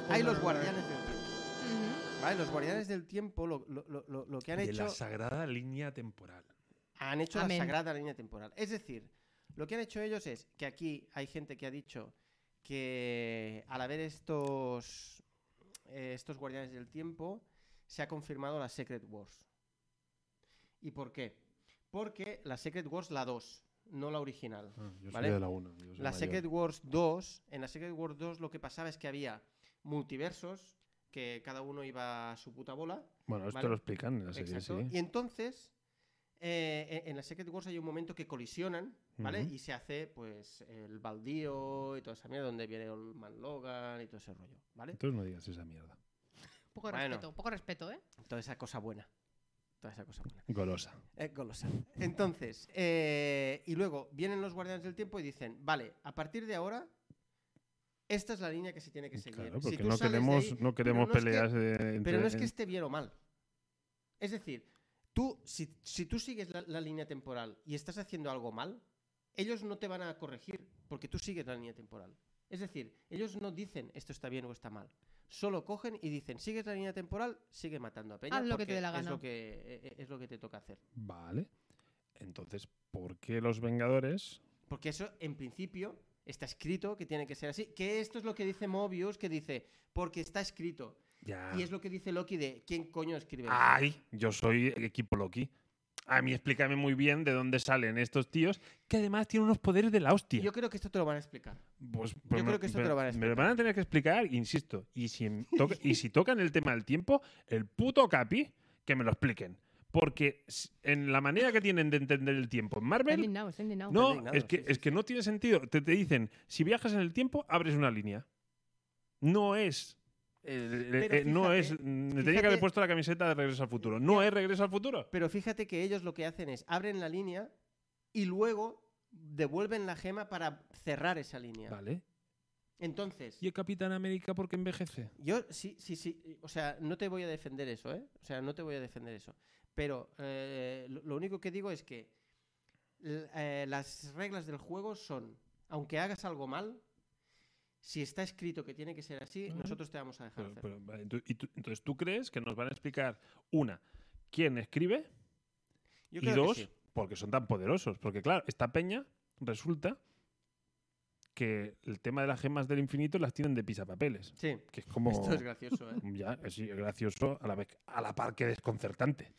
hay los guardianes del tiempo.
Ujú.
¿vale? Los guardianes del tiempo lo, lo- lo- lo- lo que han
De
hecho...
la sagrada línea temporal.
Han hecho
Amén.
la sagrada línea temporal. Es decir, lo que han hecho ellos es que aquí hay gente que ha dicho que al haber estos, eh, estos guardianes del tiempo, se ha confirmado la Secret Wars. ¿Y por qué? Porque la Secret Wars, la 2, no la original.
Ah, yo soy
Vale.
de la 1.
La Secret Wars 2, en la Secret Wars 2 lo que pasaba es que había multiversos, que cada uno iba a su puta bola,
Bueno, esto
¿vale?
lo explican en la serie,
Exacto.
sí.
Y entonces, eh, en en la Secret Wars hay un momento que colisionan, ¿vale?
Ujú.
Y se hace, pues, el baldío y toda esa mierda, donde viene Old Man Logan y todo ese rollo, ¿vale?
Entonces no digas esa mierda.
Poco
Bueno.
respeto, poco respeto, ¿eh?
Toda esa cosa buena. Toda esa cosa buena.
Golosa.
Eh, golosa. Entonces, eh, y luego vienen los Guardianes del Tiempo y dicen, vale, a partir de ahora, esta es la línea que se tiene que seguir.
Claro,
Si
porque
tú
no
sales de
queremos,
ahí-
no
pero
queremos
no es que-
peleas de- entre...
Pero no es que esté bien o mal. Es decir, tú, si, si tú sigues la, la línea temporal y estás haciendo algo mal, ellos no te van a corregir porque tú sigues la línea temporal. Es decir, ellos no dicen esto está bien o está mal. Solo cogen y dicen, sigues la línea temporal, sigue matando a Peña.
Haz lo que
porque
te dé la
Es
gana".
lo, que, eh, eh, es lo que te toca hacer.
Vale. Entonces, ¿por qué los Vengadores?
Porque eso, en principio, está escrito que tiene que ser así. Que esto es lo que dice Mobius, que dice, porque está escrito.
Ya...
Y es lo que dice Loki de, ¿quién coño escribe? esto?".
Ah. ¡Ay! Yo soy el equipo Loki. A mí explícame muy bien de dónde salen estos tíos, que además tienen unos poderes de la hostia.
Yo creo que esto te lo van a explicar.
Pues- pues
creo que esto te
me-
lo van a
Me lo van a tener que explicar, insisto. Y si, em- toca- y si tocan el tema del tiempo, el puto Capi, que me lo expliquen. Porque s- en la manera que tienen de entender el tiempo en
Está
Marvel,
indignado, está indignado.
No,
indignado,
es que,
Ah, sí, sí,
es que no tiene sentido. Te, te dicen, si viajas en el tiempo, abres una línea. No es. el- el-
Pero
eh, no
fíjate,
es. mm, Me tenía que
fíjate-
haber puesto la camiseta de Regreso al Futuro. No
Ya.
es Regreso al Futuro.
Pero fíjate que ellos lo que hacen es abren la línea y luego devuelven la gema para cerrar esa línea.
Vale.
Entonces,
¿Y el Capitán América porque envejece?
yo sí, sí, sí, o sea, no te voy a defender eso, ¿eh? O sea, no te voy a defender eso. Pero eh, lo, lo único que digo es que l- eh, las reglas del juego son, aunque hagas algo mal, si está escrito que tiene que ser así,
Ujú.
nosotros te vamos a dejar
Pero-
hacer.
pero, vale, tú- y tú- entonces, ¿tú crees que nos van a explicar, una, quién escribe?
Yo
y
creo que
dos,
sí.
porque son tan poderosos. Porque, claro, esta peña resulta que el tema de las gemas del infinito las tienen de pisapapeles.
Sí,
Que es como.
esto es gracioso, ¿eh?
Ya, es gracioso a la, vez, a la par que desconcertante.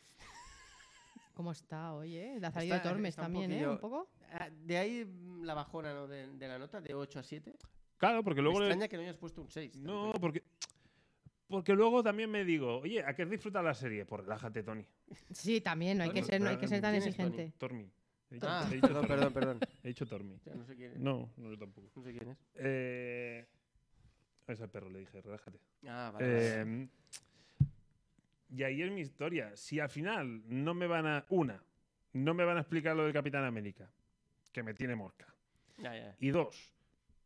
¿Cómo está hoy, eh? La salida
Está-
de Tormes
está un
también, ¿eh?
poquillo-
Un poco.
Ah, De ahí mm, la bajona ¿no? de, de la nota, de 8 a 7.
Claro, porque luego...
Me
le-
extraña que no hayas puesto un 6.
No, porque... Porque luego también me digo, oye, ¿a qué disfruta la serie? Pues relájate, Tony.
Sí, también, no hay que
Bueno,
ser, no hay que ser tan
¿quién es Tony?
exigente.
Tormi. He dicho,
Ah,
he dicho
perdón,
Tormi.
perdón, perdón.
He dicho Tormi.
Ya, no sé quién es.
No, no yo tampoco.
No sé quién es.
Eh... Es al perro, le dije, relájate.
Ah, vale. vale.
Eh, y ahí es mi historia. Si al final no me van a... Una, no me van a explicar lo del Capitán América, que me tiene mosca.
Ya, ya.
Y dos,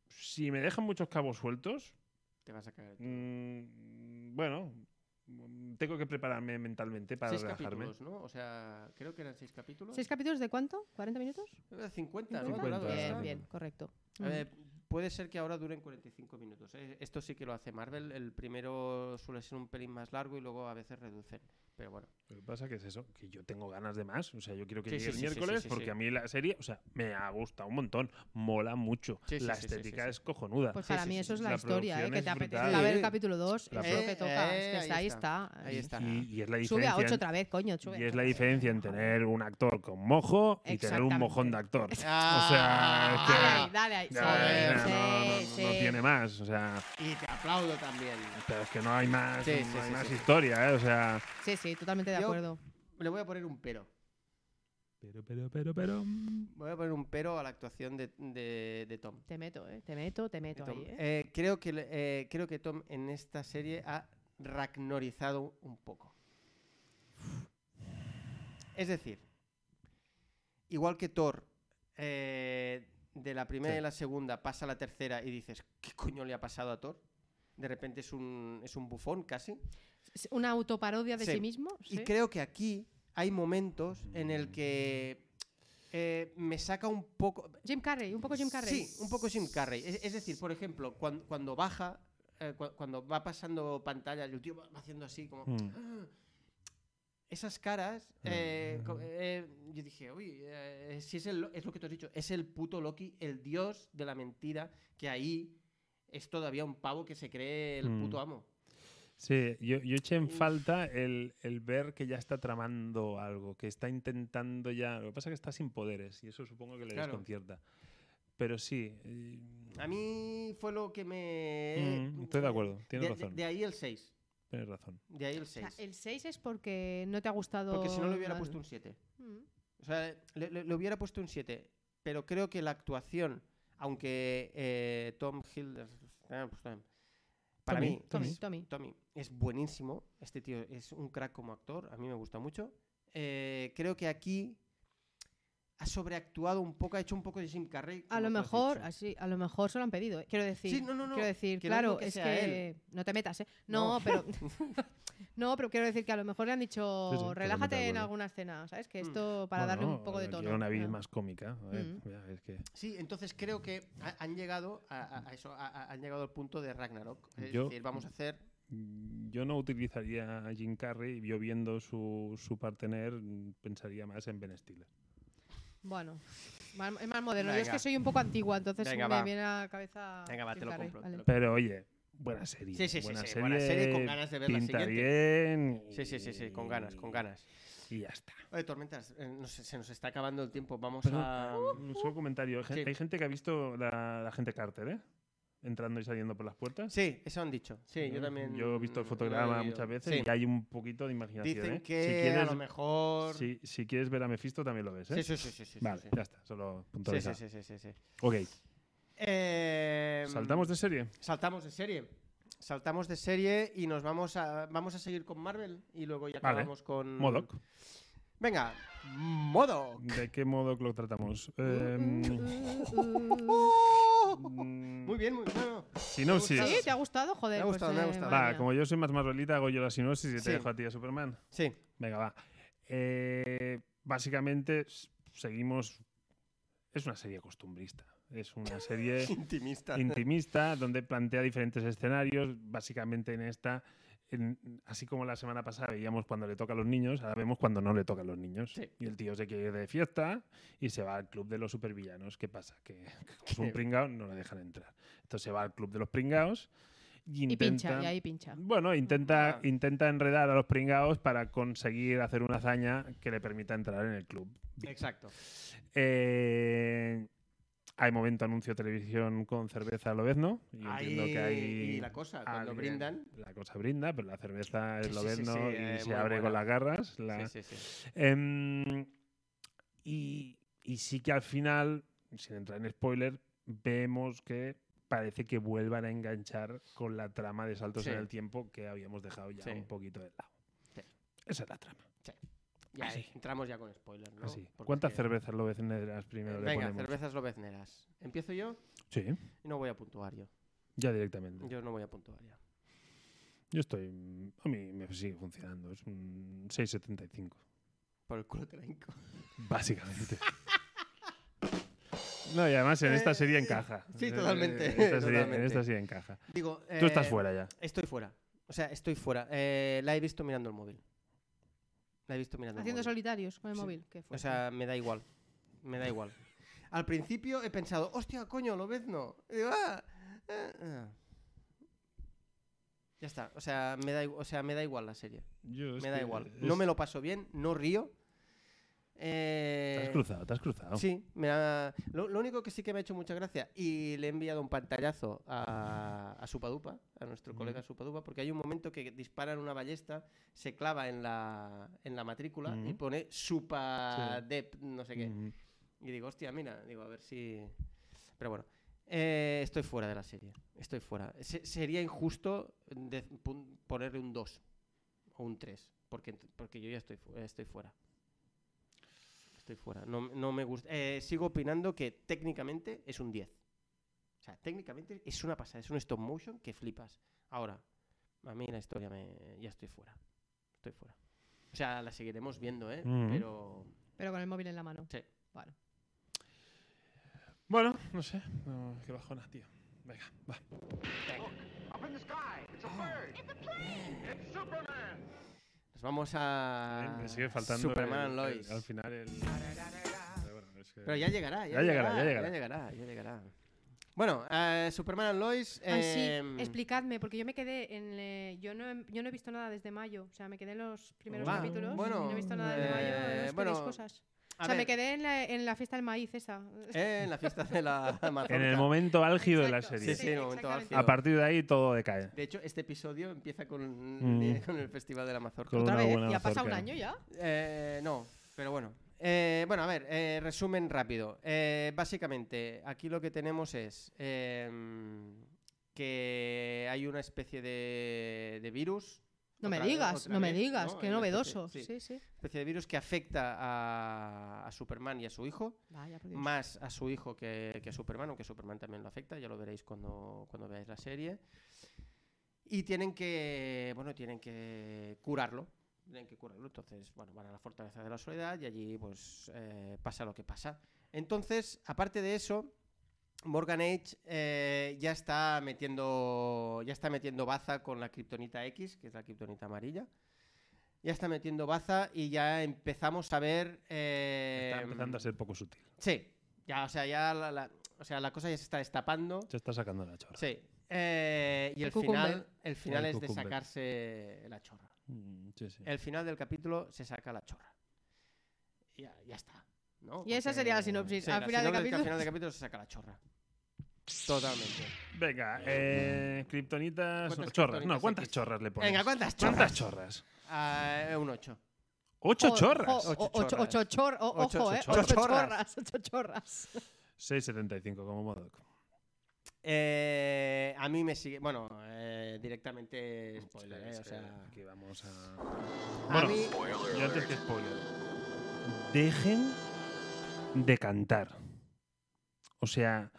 si me dejan muchos cabos sueltos,
Te vas a caer.
mm, bueno, mm, tengo que prepararme mentalmente para
seis
relajarme.
capítulos, ¿no? O sea, creo que eran seis capítulos.
¿Seis capítulos de cuánto? ¿40 minutos?
Eh, 50, ¿no?
50.
Durado,
Cincuenta.
está.
Bien, bien, correcto.
A ver,
Mm.
Eh, puede ser que ahora duren 45 minutos. ¿eh? Esto sí que lo hace Marvel. El primero suele ser un pelín más largo y luego a veces reducen. Pero bueno.
Lo que pasa que es eso, que yo tengo ganas de más. O sea, yo quiero que
Sí,
llegue
sí,
el
sí, sí,
miércoles
sí, sí,
porque
sí.
a mí la serie, o sea, me ha gustado un montón. Mola mucho.
Sí, sí,
la
sí, sí, sí,
estética
sí.
es cojonuda.
Pues
Sí,
para
sí,
mí
sí,
eso es
sí.
la,
La
historia, ¿eh? que te
producción es
apetezca
brutal.
ver el
Sí.
capítulo 2,
La
es lo que
pro-
toca, es
Eh,
que está,
ahí
ahí
está.
está.
Ahí está.
Y, y es la
Sube
diferencia.
a 8
en-
otra vez, coño, sube.
y
a
es la
ocho.
diferencia en tener un actor con mojo y tener un mojón de actor. O
Ah,
sea, es que- Ah,
Dale ahí, dale ahí.
Ya,
Sí,
no, no,
sí,
no-
sí.
no tiene más. O sea,
Y te aplaudo también.
pero es que no hay más,
Sí,
no
sí,
hay
sí,
más
sí, sí.
historia, ¿eh? O sea.
Sí, sí, totalmente de
Yo-
acuerdo.
Le voy a poner un pero.
Pero, pero, pero, pero.
Voy a poner un pero a la actuación de, de- de Tom.
Te meto, ¿eh? Te meto, te
De
meto
Tom.
ahí, ¿eh?
Eh, creo, que, le- eh, creo que Tom en esta serie ha ragnorizado un poco. Es decir, igual que Thor, eh, de la primera
Sí.
y la segunda pasa a la tercera y dices, ¿qué coño le ha pasado a Thor? De repente es un, es un bufón casi.
Es Una autoparodia de
Sí.
sí, mismo.
Y
sí.
creo que aquí hay momentos en el que eh, me saca un poco...
Jim Carrey, un poco Jim Carrey.
Sí, un poco Jim Carrey. Es, es decir, por ejemplo, cuan- cuando, baja, eh, cua- cuando va pasando pantalla, el tío va va haciendo así como...
Mm.
"Ah". Esas caras, eh,
Mm.
co- eh, yo dije, uy, eh, si es, el, lo- es lo que te has dicho, es el puto Loki, el dios de la mentira, que ahí es todavía un pavo que se cree el
Mm.
puto amo.
Sí, yo, yo eché en
Uf.
falta el, el ver que ya está tramando algo, que está intentando ya. Lo que pasa es que está sin poderes y eso supongo que le
Claro.
desconcierta. Pero sí. eh,
A mí fue lo que me...
mm, estoy de acuerdo, tienes
Eh, de, de-
razón.
de ahí el 6.
Tienes razón.
De ahí el
O sea,
6.
el 6 es porque no te ha gustado.
Porque si no le hubiera
mal.
puesto un 7.
Mm.
O sea, le, le- le hubiera puesto un 7. Pero creo que la actuación, aunque eh, Tom Hilder. ah, pues, Tom, Para
Tommy,
mí,
Tommy,
es-
Tommy.
es buenísimo. Este tío es un crack como actor. A mí me gusta mucho. Eh, creo que aquí ha sobreactuado un poco, ha hecho un poco de Jim Carrey.
A
como
lo
tú has
mejor,
dicho.
así, a lo mejor se lo han pedido. ¿eh? Quiero decir,
Sí, no, no, no.
quiero decir,
que no digo
claro,
que
es
sea
que no te metas, ¿eh? No,
No.
pero no, pero quiero decir que a lo mejor le han dicho,
Sí, sí, totalmente de
relájate en
acuerdo.
alguna escena, ¿sabes? Que
Mm.
esto para darle
Bueno,
un poco de
quiero
tono.
Una vis
Ah.
más cómica. a ver,
Mm.
ya, es que
Sí, entonces creo que ha- han llegado a, a- a eso, a- a- han llegado al punto de Ragnarok. Es
Yo-
decir, vamos a hacer.
mm, yo no utilizaría a Jim Carrey. Yo viendo su, su partener mm, pensaría más en Ben Stiller.
Bueno, más- es más moderno. Yo es
Venga.
que soy un poco antigua, entonces
Venga,
me
va.
viene a la cabeza.
Venga, va,
Jim
te lo
Carrey,
compro, te
vale.
lo
Pero oye, buena serie.
Sí, sí, sí,
buena,
sí,
serie,
buena serie con ganas de ver la
pinta
siguiente.
bien.
Sí, sí, sí, sí, con ganas, con
y-
ganas.
Y ya está.
Oye, Tormentas, eh, no sé, se nos está acabando el tiempo. Vamos
Perdón, uh.
a.
Ah,
um,
un solo comentario. Hay gen-
Sí.
Hay gente que ha visto la, la gente Carter, ¿eh? Entrando y saliendo por las puertas.
Sí, eso han dicho. Sí, yo también.
Yo he visto el
lo
fotograma
leído.
muchas veces
Sí.
y hay un poquito de imaginación.
Dicen
¿eh?
que
si
a
quieres,
lo mejor.
si, si quieres ver a Mephisto también lo ves, ¿eh?
sí, sí, sí, sí, sí,
vale,
sí,
ya está. Solo
sí,
puntualizar.
sí, sí, sí, sí, sí.
Ok.
Eh,
¿Saltamos de serie?
saltamos de serie. Saltamos de serie y nos vamos a vamos a seguir con Marvel y luego ya
Vale.
acabamos con
¿Modoc? Mm.
Venga, Modoc.
¿De qué Modoc lo tratamos? Em,
Uh,
mm,
Muy bien, muy bien. No, no.
Sinopsis.
gustado.
¿Sí? ¿Te ha gustado? Joder,
Me ha
pues,
gustado, me ha
eh,
gustado.
madre
Va,
mía.
como yo soy más marvelita, hago yo la sinopsis y
Sí.
te dejo a ti a Superman.
Sí,
Venga, va. Eh, básicamente s- seguimos. Es una serie costumbrista. Es una serie
intimista.
intimista donde plantea diferentes escenarios. Básicamente en esta, en- así como la semana pasada veíamos cuando le toca a los niños, ahora vemos cuando no le toca a los niños.
Sí.
Y el tío se quiere ir de fiesta y se va al club de los supervillanos. ¿Qué pasa? Que, que un
Sí.
pringao no le dejan entrar. Entonces se va al club de los pringaos. Y,
Y
intenta-
pincha, y ahí pincha.
bueno, intenta,
Ah.
intenta enredar a los pringados para conseguir hacer una hazaña que le permita entrar en el club. Bien.
Exacto.
Eh, hay momento anuncio televisión con cerveza a lo vez, ¿no? Y entiendo que hay.
y la cosa, cuando
alguien-
brindan.
La cosa brinda, pero la cerveza
Sí,
es
sí,
lo
sí, sí,
y
eh,
se
muy
abre con
buena.
las garras. la-
Sí, sí, sí.
Em, y, y sí que al final, sin entrar en spoiler, vemos que parece que vuelvan a enganchar con la trama de saltos
Sí.
en el tiempo que habíamos dejado ya
Sí.
un poquito de lado.
Sí.
Esa es la trama.
Ya,
Así.
entramos ya con spoiler, ¿no?
Así.
Porque-
¿Cuántas cervezas lo ves en las primero le
Venga,
ponemos?
cervezas lobezneras. ¿Empiezo yo?
Sí.
Y no voy a puntuar yo.
Ya directamente.
Yo no voy a puntuar ya.
Yo estoy. mm, A mí me sigue funcionando. Es un 6.75.
Por el culo te la hinco.
Básicamente. No, y además en esta serie encaja.
sí,
Eh,
totalmente,
en esta serie- En
totalmente.
esta serie encaja.
Digo,
Tú estás
eh,
fuera ya.
Estoy fuera. O sea, estoy fuera. Eh, la he visto mirando el móvil. La he visto mirando el
Haciendo
móvil.
solitarios con el
Sí.
móvil. qué
O
fuerte.
sea, me da igual. Me da igual. Al principio he pensado, hostia, coño, lo ves no. Y digo, "Ah, ah, ah". Ya está. O sea, me da, igu- o sea, me da igual la serie.
Eh,
Yo es
me da
que
igual.
es-
No me lo paso bien, no río. Eh,
Te has cruzado, te has cruzado.
Sí, me ha- lo, lo único que sí que me ha hecho mucha gracia y le he enviado un pantallazo a, a Supadupa, a nuestro colega Supadupa, porque hay un momento que disparan una ballesta, se clava en la, en la matrícula y
Ujú.
pone Supadep, no sé qué.
Mm,
Y digo, hostia, mira, digo, a ver si... Pero bueno, eh, estoy fuera de la serie, estoy fuera. Se- sería injusto de- pon- ponerle un 2 o un 3, porque, ent- porque yo ya estoy, fu- estoy fuera. Estoy fuera, no, no me gusta. eh, sigo opinando que técnicamente es un 10. O sea, técnicamente es una pasada, es un stop motion que flipas. Ahora, a mí la historia me... ya estoy fuera, estoy fuera. O sea, la seguiremos viendo, ¿eh?
Ujú.
Pero...
Pero con el móvil en la mano.
Sí.
Vale.
Bueno, no sé. No, qué bajona, tío. Venga, va.
Nos vamos a.
Eh, Me sigue faltando.
Superman
el-
Lois.
el- Al final el. Pero bueno, es que-
Pero ya llegará, ya,
Ya llegará, ya
Ya llegará, ya llegará. Bueno, eh, Superman and Lois.
Ah,
em,
sí, explicadme, porque yo me quedé en. eh, yo, no he, yo no he visto nada desde mayo. O sea, me quedé en los primeros
Ah,
capítulos.
bueno,
y no he visto nada desde
eh,
mayo. No
bueno,
bueno, cosas.
a
O sea, me
ver,
quedé en la, en la fiesta del maíz esa.
eh, en la fiesta de la mazorca.
En el momento álgido de la
Exacto,
serie.
Sí, sí, en el momento
exactamente.
álgido.
A partir de ahí todo decae.
De hecho, este episodio empieza con,
Mm.
con el Festival de la Mazorca.
Con
Otra
una
vez,
buena
ya ha pasado un
mazorca.
año ya.
Eh, no, pero bueno. Eh, bueno, a ver, eh, resumen rápido. Eh, básicamente, aquí lo que tenemos es em, que hay una especie de, de virus.
No me
Otra vez,
digas,
otra
no me
vez,
digas,
¿no?
qué
Hay una especie-
novedoso.
sí.
Sí, sí.
especie de virus que afecta a, a Superman y a su hijo,
Vaya, por Dios.
más a su hijo que, que a Superman, aunque Superman también lo afecta, ya lo veréis cuando, cuando veáis la serie. Y tienen que, bueno, tienen que curarlo. Tienen que curarlo, entonces, bueno, van a la fortaleza de la soledad y allí, pues, eh, pasa lo que pasa. Entonces, aparte de eso, Morgan Age eh, ya está metiendo ya está metiendo baza con la kriptonita X, que es la kriptonita amarilla. Ya está metiendo baza y ya empezamos a ver. eh,
Está empezando a ser poco sutil.
Sí, ya, o sea, ya la, la- o sea, la cosa ya se está destapando.
Se está sacando la chorra.
Sí. eh, y
El
el
cucumber.
final, el final
El
es de
cucumber.
sacarse la chorra.
Mm, sí, sí.
El final del capítulo se saca la chorra. Y Ya, ya está. ¿no?
Y esa sería la sinopsis.
Sí,
Al
la
final
sinopsis
del
que al
capítulo-
final del capítulo se saca la chorra. Totalmente.
Venga, eh, kriptonitas.
¿Cuántas
Chorras. No,
kriptonitas
¿cuántas
X?
chorras le pones?
Venga, ¿cuántas chorras?
¿Cuántas chorras?
Ah, eh, un 8.
¡Ocho
O-
chorras!
ojo,
Ocho
o- ocho-
chorras.
ocho chor- o-
Ocho-
Ojo,
ocho
eh.
chorras.
Ocho
Chorras.
chorras. Ocho chorras.
6.75 como Modoc.
Eh, a mí me sigue. Bueno, eh, directamente spoiler, eh,
Es
o
que
sea.
Aquí vamos a.
A
Bueno,
mí.
yo antes que spoiler. Dejen de cantar. O sea,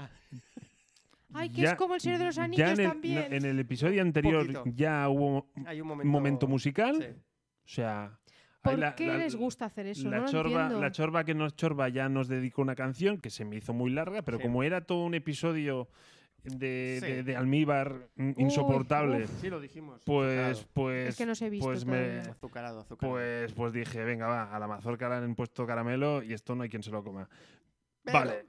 Ay, que
Ya-
es como el Señor de los
ya en
Anillos
el- no,
también.
En el episodio anterior
Poquito.
ya hubo un
Hay un momento.
momento musical.
Sí.
O sea. ahí
¿Por
la-
qué
la-
les gusta hacer eso?
la,
no lo
chorba,
entiendo.
la chorba que nos chorba ya nos dedicó una canción que se me hizo muy larga, pero
Sí.
como era todo un episodio de,
Sí.
de- de almíbar mm, insoportable,
Sí, lo dijimos.
pues, pues,
Es que no se he visto
pues me-
todavía.
Azucarado, azucarado.
pues, pues dije, venga, va, a la mazorca le han puesto caramelo y esto no hay quien se lo coma.
Pero-
Vale.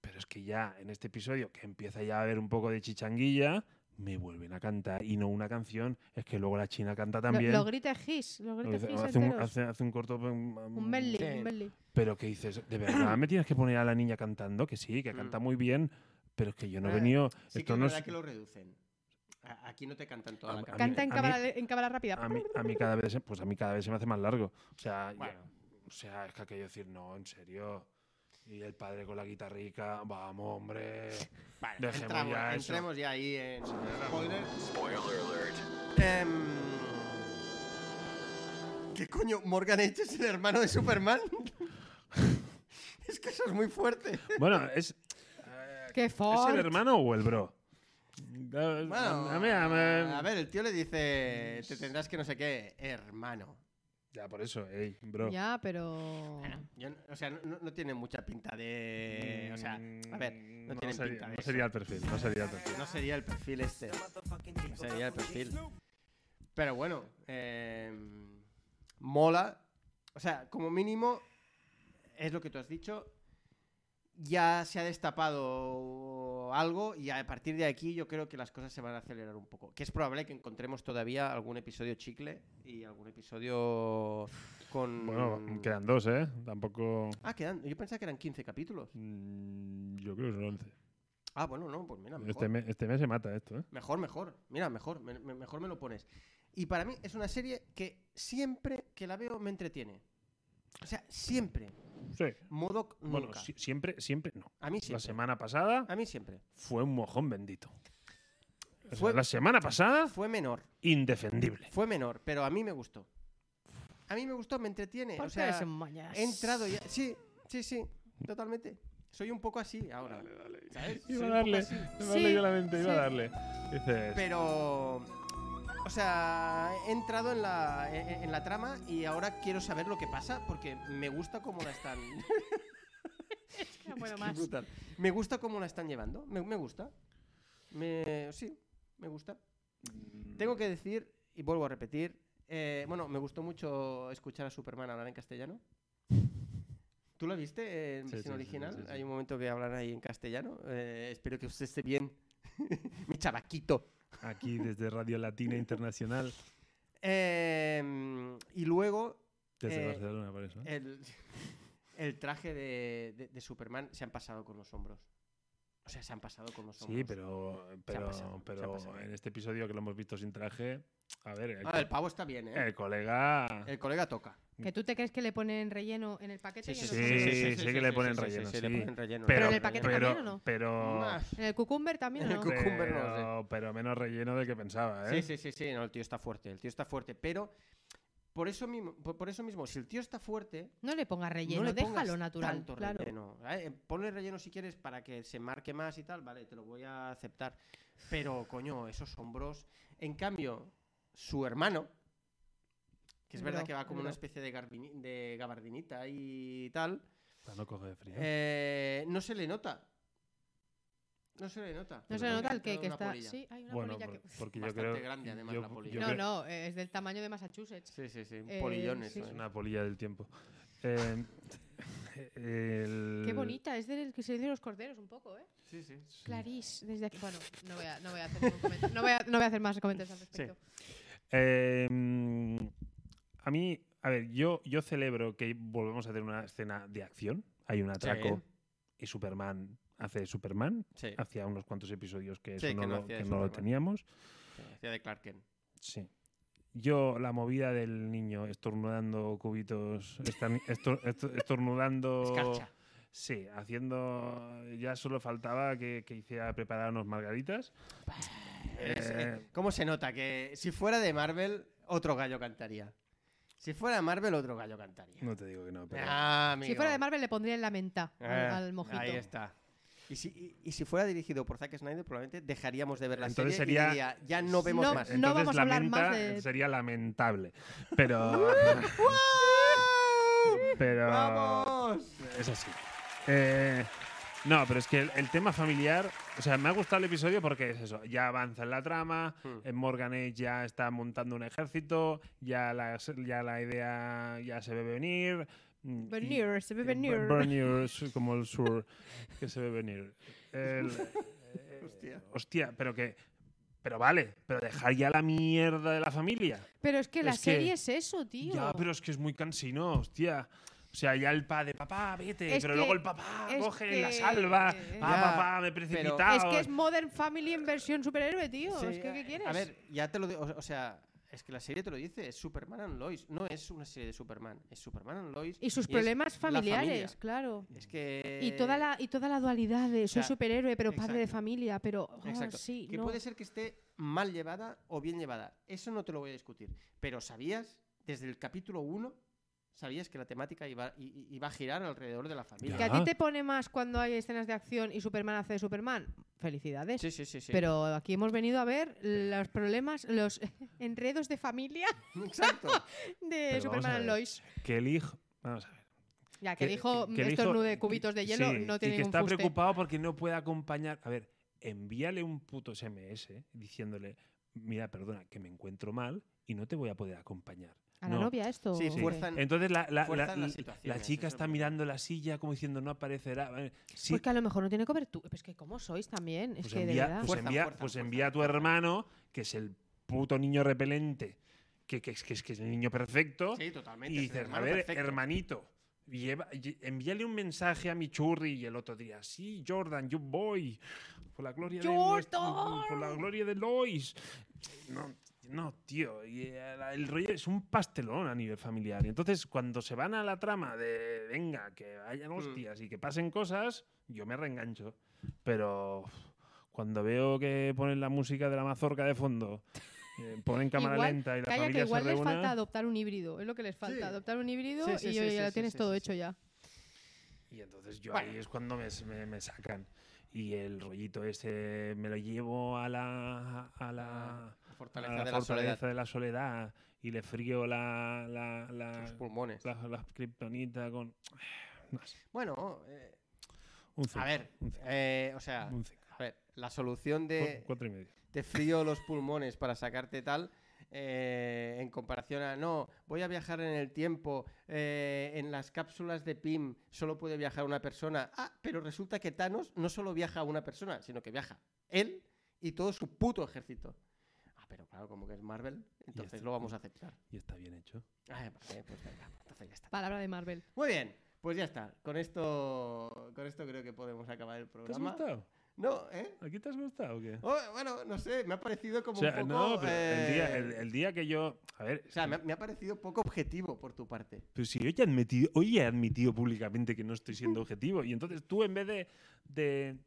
Pero es que ya en este episodio, que empieza ya a haber un poco de chichanguilla, me vuelven a cantar y no una canción, es que luego la china canta
Lo-
también.
Los grites gis, los grites
Hace-
gis
hace, un,
enteros.
hace- hace un corto. mm,
Un
mm,
belly,
Sí.
un belly.
Pero que dices, de verdad me tienes que poner a la niña cantando, que sí, que
Mm.
canta muy bien, pero es que yo no he
Eh,
venido.
Sí que
esto
es
no
verdad
es-
que lo reducen. A- Aquí no te cantan toda
A-
la
a
canción.
Canta en
mí-
cámara, en cámara rápida.
a, mí, a mí cada vez, se- pues a mí cada vez se me hace más largo. O sea, ya-
Bueno.
o sea, es que aquello decir, no, en serio. Y el padre con la guitarrica, vamos, hombre.
Vale,
Dejemos
entramos,
ya eso.
entremos ya ahí en spoiler. alert. ¿Qué coño? ¿Morgan Edge es el hermano de Superman? es que eso es muy fuerte.
Bueno, es. eh,
¡Qué
¿Es el
fort!
hermano o el bro?
Bueno,
a mí- a mí-
a ver, el tío le dice, te tendrás que no sé qué, hermano.
Ya, por eso, ey, bro.
Ya, pero...
Yo no- o sea, no- no, no tiene mucha pinta de... Eh, O sea, a ver, no,
Mm,
tiene
sería,
pinta de
no
eso.
sería el perfil, no sería el perfil.
No sería el perfil este. No sería el perfil. Pero bueno, eh, mola. O sea, como mínimo, es lo que tú has dicho. Ya se ha destapado algo y a partir de aquí yo creo que las cosas se van a acelerar un poco. Que es probable que encontremos todavía algún episodio chicle y algún episodio con...
Bueno, quedan dos, ¿eh? Tampoco.
Ah, quedan. Yo pensaba que eran 15 capítulos.
Mm, Yo creo que son 11.
Ah, bueno, no, pues mira. Mejor.
Este, me- este mes se mata esto, ¿eh?
Mejor, mejor. Mira, mejor, me- me- mejor me lo pones. Y para mí es una serie que siempre que la veo me entretiene. O sea, siempre.
Sí.
Modoc nunca.
Bueno, si- siempre, siempre no.
a mí
La
siempre.
semana pasada
A mí siempre.
fue un mojón bendito. O sea,
Fue-
la semana pasada,
Fue menor,
indefendible.
fue menor, pero a mí me gustó. A mí me gustó, me entretiene.
¿Por
o
qué
sea,
se mañas?
he entrado ya. Sí, sí, sí, totalmente. Soy un poco así ahora. ¿sabes? Soy
Iba
un
a
poco
darle,
así.
iba a darle
Sí,
yo la mente, iba a
sí.
darle. Dices,
Pero. O sea, he entrado en la, en, en la trama y ahora quiero saber lo que pasa porque me gusta cómo la están.
No puedo
Qué
más.
brutal. Me gusta cómo la están llevando. Me, me gusta. Me, sí, me gusta.
Mm.
Tengo que decir, y vuelvo a repetir, eh, bueno, me gustó mucho escuchar a Superman hablar en castellano. ¿Tú la viste en
Sí, sí,
versión
sí,
original?
sí, sí, sí.
Hay un momento que hablan ahí en castellano. Eh, espero que usted esté bien. Mi chabaquito.
Aquí desde Radio Latina Internacional,
Em, y luego
desde
Eh,
Barcelona, por eso. ¿eh?
el, el traje de, de- de Superman se han pasado con los hombros. O sea, se han pasado con los hombros.
Sí, pero, pero,
pasado, se ha pasado.
pero en este episodio que lo hemos visto sin traje, a ver, el,
Ah,
co-
el pavo está bien, ¿eh?
el colega.
El colega toca.
¿Que tú te crees que le ponen relleno en el paquete? y en
sí,
los
sí,
otros-
sí, sí, que le ponen relleno,
le
sí.
ponen relleno.
Pero
Pero,
en el paquete
pero,
también, ¿o no?
pero-
Ah,
¿En el cucumber también
En
o
el
no?
cuc- Cucumber no,
pero- pero menos relleno del que pensaba, ¿eh?
Sí, sí, sí, sí, no, el tío está fuerte, el tío está fuerte, pero por eso mismo, por, por eso mismo si el tío está fuerte,
No le pongas relleno,
no le pongas
déjalo natural.
tanto
claro.
relleno. ¿eh? Ponle relleno si quieres para que se marque más y tal, vale, te lo voy a aceptar. Pero, coño, esos hombros. En cambio, su hermano, que es verdad
Bro,
que va como
bro.
una especie de, garbini- de gabardinita y tal,
Para no coger frío.
eh, no se le nota. No se le nota.
No se
Pero
nota el
Le ha
que,
entrado
que
una
está.
polilla.
Sí, hay una
bueno,
polilla
por-
que.
porque yo
Bastante
creo.
grande, además,
yo-
la polilla.
yo
no,
creo-
no, eh, es del tamaño de Massachusetts.
Sí, sí, sí, un
Eh,
polillón
sí.
eso,
Es
¿eh?
una polilla del tiempo. Eh, el-
Qué bonita, es del que se de los corderos un poco, ¿eh?
Sí, sí.
Clarís, desde aquí. Bueno, no voy a, no voy a hacer ningún comentario. No voy a, no voy a hacer más comentarios al respecto.
Eh, mm, a mí, a ver, yo, yo celebro que volvemos a hacer una escena de acción. Hay un atraco Ah. y Superman hace de Superman.
Sí,
Hacía unos cuantos episodios que
Sí,
eso no,
que no
lo,
hacía de
que no lo
Superman.
teníamos.
sí, hacía de Clark Kent.
Sí. Yo, la movida del niño estornudando cubitos, estan- estor- estor- estornudando.
Escarcha.
Sí, haciendo. Ya solo faltaba que, que hiciera preparar unos margaritas.
Eres, eh,
Eh,
¿Cómo se nota? Que si fuera de Marvel, otro gallo cantaría. Si fuera de Marvel, otro gallo cantaría.
No te digo que no, pero.
Ah, amigo.
Si fuera de Marvel, le pondría en la menta al,
Eh,
al mojito.
Ahí está. Y si, y- y si fuera dirigido por Zack Snyder, probablemente dejaríamos de ver la
Entonces
serie
sería- Eh,
y diría, ya no vemos
No,
más.
no. vamos a hablar más
lamenta-
de-
sería lamentable. Pero. pero.
¡Vamos!
Es así. Eh, no, pero es que el, el tema familiar. O sea, me ha gustado el episodio porque es eso. Ya avanza en la trama.
Hmm.
eh, Morgan Edge ya está montando un ejército. Ya la, ya la idea ya se ve venir. mm, y-
Venir, se ve venir.
Bur- Burnier, su- como el sur, que se ve venir. El- eh,
Hostia.
hostia, pero que. Pero vale, pero dejar ya la mierda de la familia.
Pero es que la
Es que-
serie es eso, tío.
Ya, pero es que es muy cansino, hostia. O sea, ya el padre, papá, vete,
Es
pero
que-
luego el papá
es
coge la
que-
salva. Ah,
Ya,
papá, me he
pero-
precipitado.
Es que es Modern Family en versión superhéroe, tío.
Sí,
es que, ¿qué
eh,
quieres?
A ver, ya te lo digo. O, o sea, es que la serie te lo dice. Es Superman and Lois. No es una serie de Superman. Es Superman and Lois.
y sus
es
problemas
la
familiares,
familia.
claro.
Es que...
Y toda la, y toda la dualidad de
sea,
soy superhéroe, pero padre de
exacto.
familia, pero oh,
Exacto.
sí,
que
no.
puede ser que esté mal llevada o bien llevada. Eso no te lo voy a discutir. Pero ¿sabías desde el capítulo 1? sabías que la temática iba, i- i- iba a girar alrededor de la familia.
Que a ti
Ya.
te pone más cuando hay escenas de acción y Superman hace de Superman. Felicidades.
Sí, sí, sí. sí.
Pero aquí hemos venido a ver los problemas, los enredos de familia
Exacto.
de
vamos a
Superman and
ver.
Lois.
Que el hijo. Vamos a ver.
Ya, que, dijo
que el hijo-
estornude cubitos de hielo,
sí,
no tiene
Y que
ningún
está
fuste.
preocupado porque no puede acompañar. A ver, envíale un puto SMS diciéndole: Mira, perdona, que me encuentro mal y no te voy a poder acompañar.
¿A la
No.
novia esto?
Sí,
¿o qué?
fuerzan.
Entonces la, la- la-
Fuerzan las
la-
situaciones,
la chica
es lo
está
primero.
mirando la silla como diciendo no aparecerá. Eh, Sí,
Porque a lo mejor no tiene cobertura. Pues que cómo sois también. Pues Es
pues
que de
envía,
verdad.
pues
Fuerzan,
envía,
fuerzan,
pues
fuerzan,
envía a tu
fuerzan.
hermano, que es el puto niño repelente, que, que, es- que, es- que es el niño perfecto.
Sí, totalmente.
Y
es el
dices, a
hermano
ver,
perfecto.
hermanito, lleva- lle- envíale un mensaje a mi churri y el otro día, sí, Jordan, yo voy. Por la gloria
¡Jordan!
de Por la gloria de Lois. No, no, tío. y el el rollo es un pastelón a nivel familiar. Y entonces, cuando se van a la trama de venga, que
Mm.
hayan hostias y que pasen cosas, yo me reengancho. Pero uf, cuando veo que ponen la música de la mazorca de fondo, eh, ponen cámara
Igual-
lenta y la
Calla, que
familia
igual
se
les
reúne.
falta adoptar un híbrido. Es lo que les falta,
Sí.
adoptar un híbrido
Sí, sí,
y
sí,
ya
sí,
lo
sí,
tienes
sí,
todo
sí,
hecho ya.
Y entonces yo
Bueno.
ahí es cuando me, me- me sacan. Y el rollito ese me lo llevo a la, a la,
Ah, La fortaleza
a la
de la soledad.
fortaleza de la soledad y le frío la, la, la,
Los pulmones.
la- la kriptonita con... No sé,
Bueno, eh,
un cinco,
a ver,
Un cinco,
eh, o sea,
un cinco.
a ver, la solución de,
Cu- cuatro y medio.
te frío los pulmones para sacarte tal, eh, en comparación a no, voy a viajar en el tiempo, eh, en las cápsulas de PIM solo puede viajar una persona. Ah, pero resulta que Thanos no solo viaja una persona, sino que viaja él y todo su puto ejército. Ah, pero claro, como que es Marvel, entonces
está.
lo vamos a aceptar.
Y está bien hecho.
Ah, vale, pues venga, entonces ya está.
Palabra de Marvel.
Muy bien, pues ya está. Con esto, con esto creo que podemos acabar el
¿Te has
programa.
gustado?
No, ¿eh?
¿Aquí te has gustado o qué?
Oh, bueno, no sé, me ha parecido como
O sea,
un poco...
no, pero el, día,
eh,
el, el día que yo... A ver,
O sea, me, ha- me ha parecido poco objetivo por tu parte.
Pero si hoy he admitido, hoy he admitido públicamente que no estoy siendo objetivo. Y entonces tú, en vez de, de,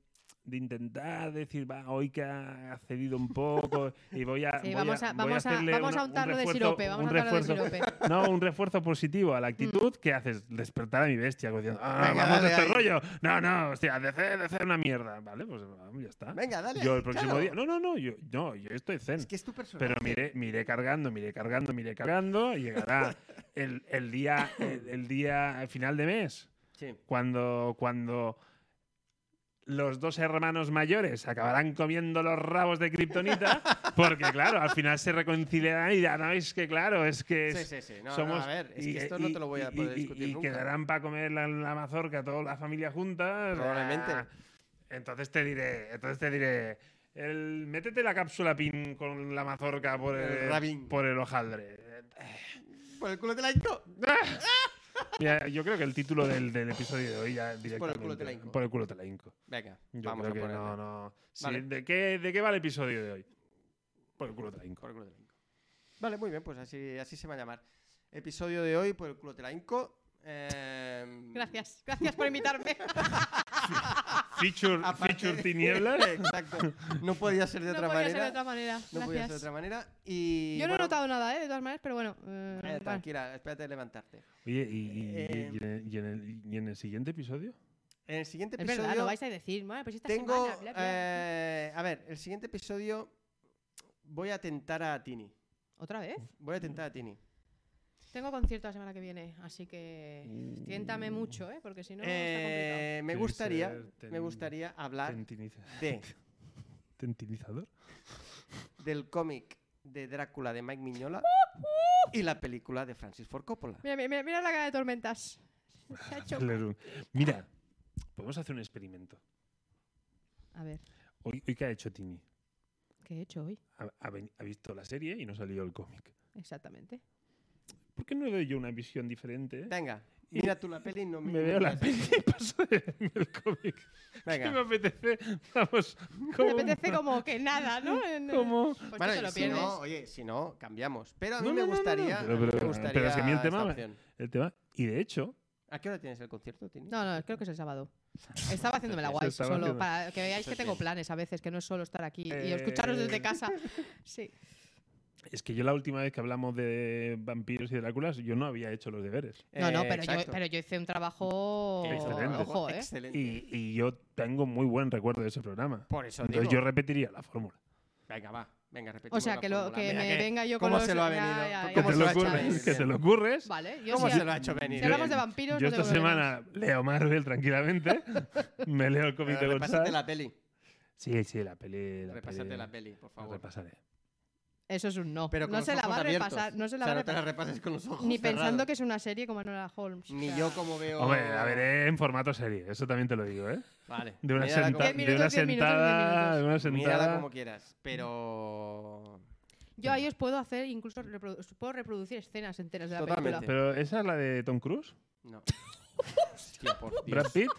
de intentar decir, va, hoy que ha cedido un poco y voy a.
Sí,
voy
vamos a,
voy
vamos a,
hacerle
vamos
una-
a untarlo de
refuerzo-
sirope. Vamos
un
a untarlo de
refuerzo-
sirope. Mm.
No, un refuerzo positivo a la actitud que haces, despertar a mi bestia, como diciendo, ah,
Venga,
vamos
dale
a este
ahí".
rollo. No, no, hostia, de hacer, de hacer una mierda. Vale, pues ah, ya está.
Venga, dale.
Yo el próximo
claro.
día. No, no, no, yo, no, yo estoy zen.
Es que es tu personaje.
Pero miré, miré cargando, miré cargando, miré cargando y llegará el, el día, el, el día el final de mes,
Sí.
cuando, cuando los dos hermanos mayores acabarán comiendo los rabos de Kryptonita, porque claro, al final se reconciliarán y dirán, no, es que claro, es que...
Sí,
es-
sí, sí. No, no,
somos-
a ver, es
y- e
que esto no
y-
te lo voy a
y-
poder
y-
discutir
y
nunca.
quedarán para comer la, la mazorca toda la familia junta.
Probablemente.
Ah, entonces te diré, entonces te diré, el, métete la cápsula pin con la mazorca por
El
el,
rabín.
por el hojaldre.
Por el culo te la hinco.
Mira, yo creo que el título del, del episodio de hoy ya directamente.
por el culo te la hinco.
Por el culo te la hinco.
Venga,
Yo
vamos a
creo que
ponerlo.
no, no. Sí,
Vale.
¿de, qué, ¿De qué va el episodio de hoy? Por el culo te la hinco.
Por el culo te la hinco. Vale, muy bien, pues así, así se va a llamar. Episodio de hoy por el culo te la hinco. Em,
Gracias, gracias por invitarme.
Feature,
aparte-
feature tinieblas.
Exacto. No podía ser de
no
otra
podía
manera.
ser de otra manera.
No podía ser de
Gracias.
otra manera. Y,
Yo no he
bueno,
notado nada, ¿eh? De todas maneras, pero bueno. eh,
eh,
vale.
tranquila, espérate de levantarte.
Oye, y, y- y-
Eh,
y en el- y en el, y en el siguiente episodio?
En el siguiente
Es
este episodio.
verdad, lo vais a decir. Madre, pues esta
Tengo.
semana, bla, bla.
eh, a ver, el siguiente episodio voy a tentar a Tini.
¿Otra vez?
Voy a tentar a Tini.
Tengo concierto la semana que viene, así que tiéntame mucho, ¿eh? Porque si no,
Uh. Eh,
Tiene
me
que
gustaría,
ser ten-
me gustaría hablar
Tentiniza-
de,
¿Tentilizador?
del cómic de Drácula de Mike Mignola y la película de Francis Ford Coppola.
está complicado. Mira, mira, mira, mira la cara de tormentas. Se ha hecho-
Lerum. Mira, podemos hacer un experimento.
A ver,
Hoy, hoy ¿qué ha hecho Tini?
¿qué he hecho hoy?
Ha, ha ven- ha visto la serie y no salió el cómic.
Exactamente.
¿Por qué no le doy yo una visión diferente?
Venga,
Y-
mira tú la peli y no
Me veo la peli y paso de verme el cómic. ¿Qué me
Venga.
apetece? Vamos,
Me
como...
apetece como que nada, ¿no? En-
como-
Pues tú
Bueno,
te
y
lo
si
pierdes.
no, oye, si no, cambiamos. Pero a mí
No,
me
no, no, no, no.
gustaría.
Pero-
a mí
pero-
me
pero
gustaría
es que a mí el
esta
tema me-
opción.
El tema... Y de hecho,
¿A qué hora tienes el concierto, Tini?
No, no, creo que es el sábado. Estaba haciéndome la
Eso
guay,
estaba
solo
haciendo-
para que veáis
Eso
que
es
tengo
bien. Eh,
planes a veces, que no es solo estar aquí y escucharos
Eh.
desde casa. Sí.
Es que yo la última vez que hablamos de vampiros y Dráculas, yo no había hecho los deberes.
No, no,
Eh,
pero yo,
exacto.
pero yo hice un trabajo.
Excelente.
Oh, Ojo, ¿eh?
Excelente.
Y, y yo tengo muy buen recuerdo de ese programa.
Por eso digo.
Entonces yo repetiría la fórmula.
Venga, va. Venga, repetimos
O sea,
la
que, lo,
fórmula.
que
Mira
me venga yo con
¿Cómo
los-
se lo ha
ya,
venido?
ya,
¿Cómo
Que
ya.
te
se
lo
lo ha hecho
ocurres,
venir?
que te lo ocurres.
Vale, yo
¿Cómo
sí-
se lo ha hecho venir?
Si hablamos de vampiros,
Yo
no
esta
tengo problemas.
semana leo Marvel tranquilamente, me leo el
Pero
cómic de
Ah, repásate
González.
la peli.
Sí, sí, la peli. La
Repásate
peli-
la peli, por
la
favor.
repasaré.
Eso es un no.
Pero con
no
los
se la
ojos
va a
abiertos.
repasar. No se la
o sea,
va a
no te la
repasar.
repases con los ojos
Ni pensando
cerrados.
que es una serie como Nora Holmes. o
Ni
sea,
yo como veo...
Hombre, la veré en formato serie, eso también te lo digo, ¿eh?
Vale.
De una,
mírala
senta-
como-
de
Diez minutos,
una
diez minutos,
sentada.
diez
De una
Mírala
sentada.
como quieras, pero...
Yo ahí os puedo hacer, incluso reprodu- puedo reproducir escenas enteras de la
Totalmente.
película.
Pero esa es la de Tom Cruise,
No. Hostia, por Dios. Pues,
Brad Pitt,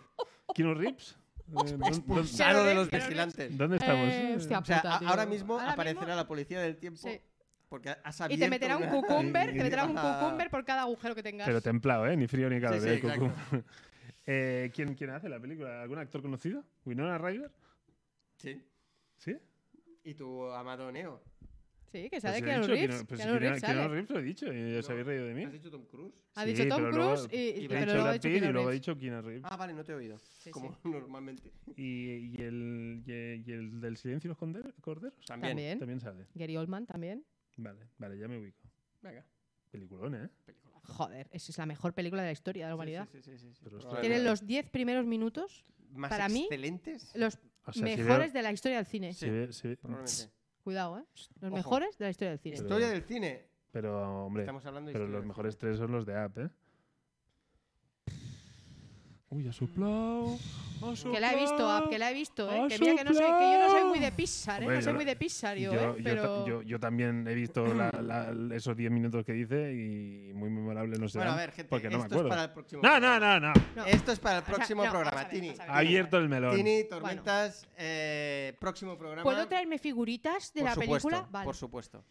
Keanu Reeves. Eh, ¿dó- dó-
Expulsado de
Pero
los
Reeves, pero
vigilantes.
¿Dónde estamos?
pues,
Eh, hostia,
O sea,
puta,
a-
tío.
ahora mismo
Ahora
aparecerá
mismo-
la policía del tiempo
Sí.
porque has Pues, abierto...
Y te meterá un
una-
cucumber, te meterá un
Ah.
cucumber por cada agujero que tengas.
Pero templado, ¿eh? Ni frío ni calor.
pues, Sí, sí,
¿eh?
exacto.
Cucú. Eh, ¿quién, ¿Quién hace la película? ¿Algún actor conocido? ¿Winona Ryder?
Sí.
¿Sí?
Y tu amado Neo.
Sí, que
Pues
sale
he
Keanu
dicho,
Reeves.
Keanu- pues
Keanu Reeves
Keanu
sale.
Reeves lo he dicho, y os
No.
habéis reído de mí.
¿Has dicho Tom Cruise?
Ha
Sí,
dicho Tom
pero luego-
Cruise y, y-
y
He
pero
dicho
luego ha
Brad
dicho
Pitt y
Keanu
luego ha
Reeves.
dicho Keanu Reeves.
Ah, vale, no te he oído.
Sí,
como
sí.
normalmente.
Y, y el, y, el- y el del silencio y los conder- corderos
También.
También.
también sale.
Gary Oldman también.
Vale, vale, ya me ubico.
Venga,
Peliculón, ¿eh?
película.
Joder, esa es la mejor película de la historia de la humanidad.
Sí, eh. sí, sí, sí, sí.
Pero
Probablemente.
Tiene
Claro.
los 10 primeros minutos,
más
para mí-
excelentes.
los
O sea, si veo-
mejores de la historia del cine.
si veo- si veo-
Probablemente.
Cuidado, ¿eh? Los
Ojo.
mejores de la historia del cine.
Pero-
Historia del cine.
Pero, hombre,
Estamos hablando de
pero
historia
los
del
mejores tres son los de App, ¿eh? Uy, ha soplado. ha
Que la he visto,
soplado.
Ab, que la he visto, ¿eh?
¡Ha
Que mira que, no soy, que yo no soy muy de
soplado!
Pixar, ¿eh?
Hombre,
no soy
yo-
muy de Pixar, yo,
Yo,
¿eh?
yo ta-
Pero...
yo- yo también he visto la- la- esos 10 minutos que dice y muy memorable no sé.
Bueno, a ver, gente,
porque no me
esto es
acuerdo.
para el próximo
No, no,
programa.
no, no.
No.
Esto es para el
O sea,
próximo
no,
programa,
vamos a ver,
Tini.
vamos a ver.
Ha abierto el melón.
Tini, tormentas, eh, próximo programa.
¿Puedo traerme figuritas de
Por
la
supuesto,
película? Vale.
Por supuesto.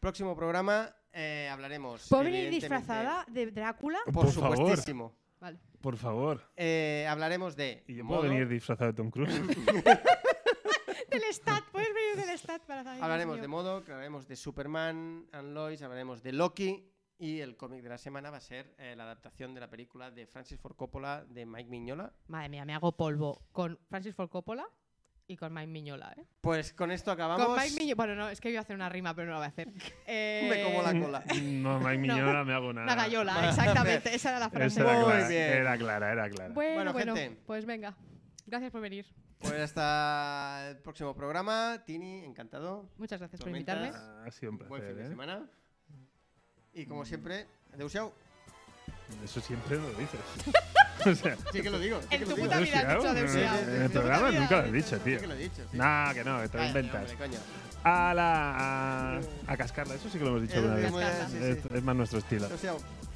Próximo programa eh, hablaremos.
¿Puedo venir
evidentemente-
disfrazada de Drácula?
Por,
Por,
favor,
supuestísimo.
Vale.
por favor.
Eh, hablaremos de.
Y yo
modo,
puedo venir disfrazado de Tom Cruise.
Del Stat, puedes venir del Stat para Ay, Dios
Hablaremos
mío.
de modo, hablaremos de Superman and Lois, hablaremos de Loki. Y el cómic de la semana va a ser eh, la adaptación de la película de Francis Ford Coppola de Mike Mignola.
Madre mía, me hago polvo con Francis Ford Coppola y con Mike Miñola, ¿eh?
Pues con esto acabamos.
Con Mike Miñola. Bueno, no, es que iba a hacer una rima, pero no la voy a hacer. Eh,
Me como la cola.
No, Mike Miñola, me hago nada.
Una gallola, exactamente. Esa era la
Esa
frase.
era
Muy
clara,
bien.
era clara, era clara.
Bueno,
Bueno,
bueno,
gente.
pues venga. Gracias por venir.
Pues hasta el próximo programa. Tini, encantado.
Muchas gracias por
Tormentas.
invitarme.
Ah, ha sido un
Buen fin
placer,
de
¿eh? Mm.
semana. Y como siempre, Deusau.
Eso siempre lo dices. o sea,
Sí que lo digo. sí
En
que
tu
lo digo.
puta vida has
Deusiao,
dicho Deusiao.
Sí, sí, sí.
En
En
el
tu
programa
puta vida
nunca lo
has
has
dicho
dicho,
eso.
tío.
Sí que lo he dicho. sí.
Nah, que no, que te lo
Cállate,
inventas.
hombre, coño.
A la. A cascarla, eso sí que lo hemos dicho
Eso
alguna
sí,
vez.
muy bien, sí,
Es,
sí.
es más nuestro estilo.
Deusau.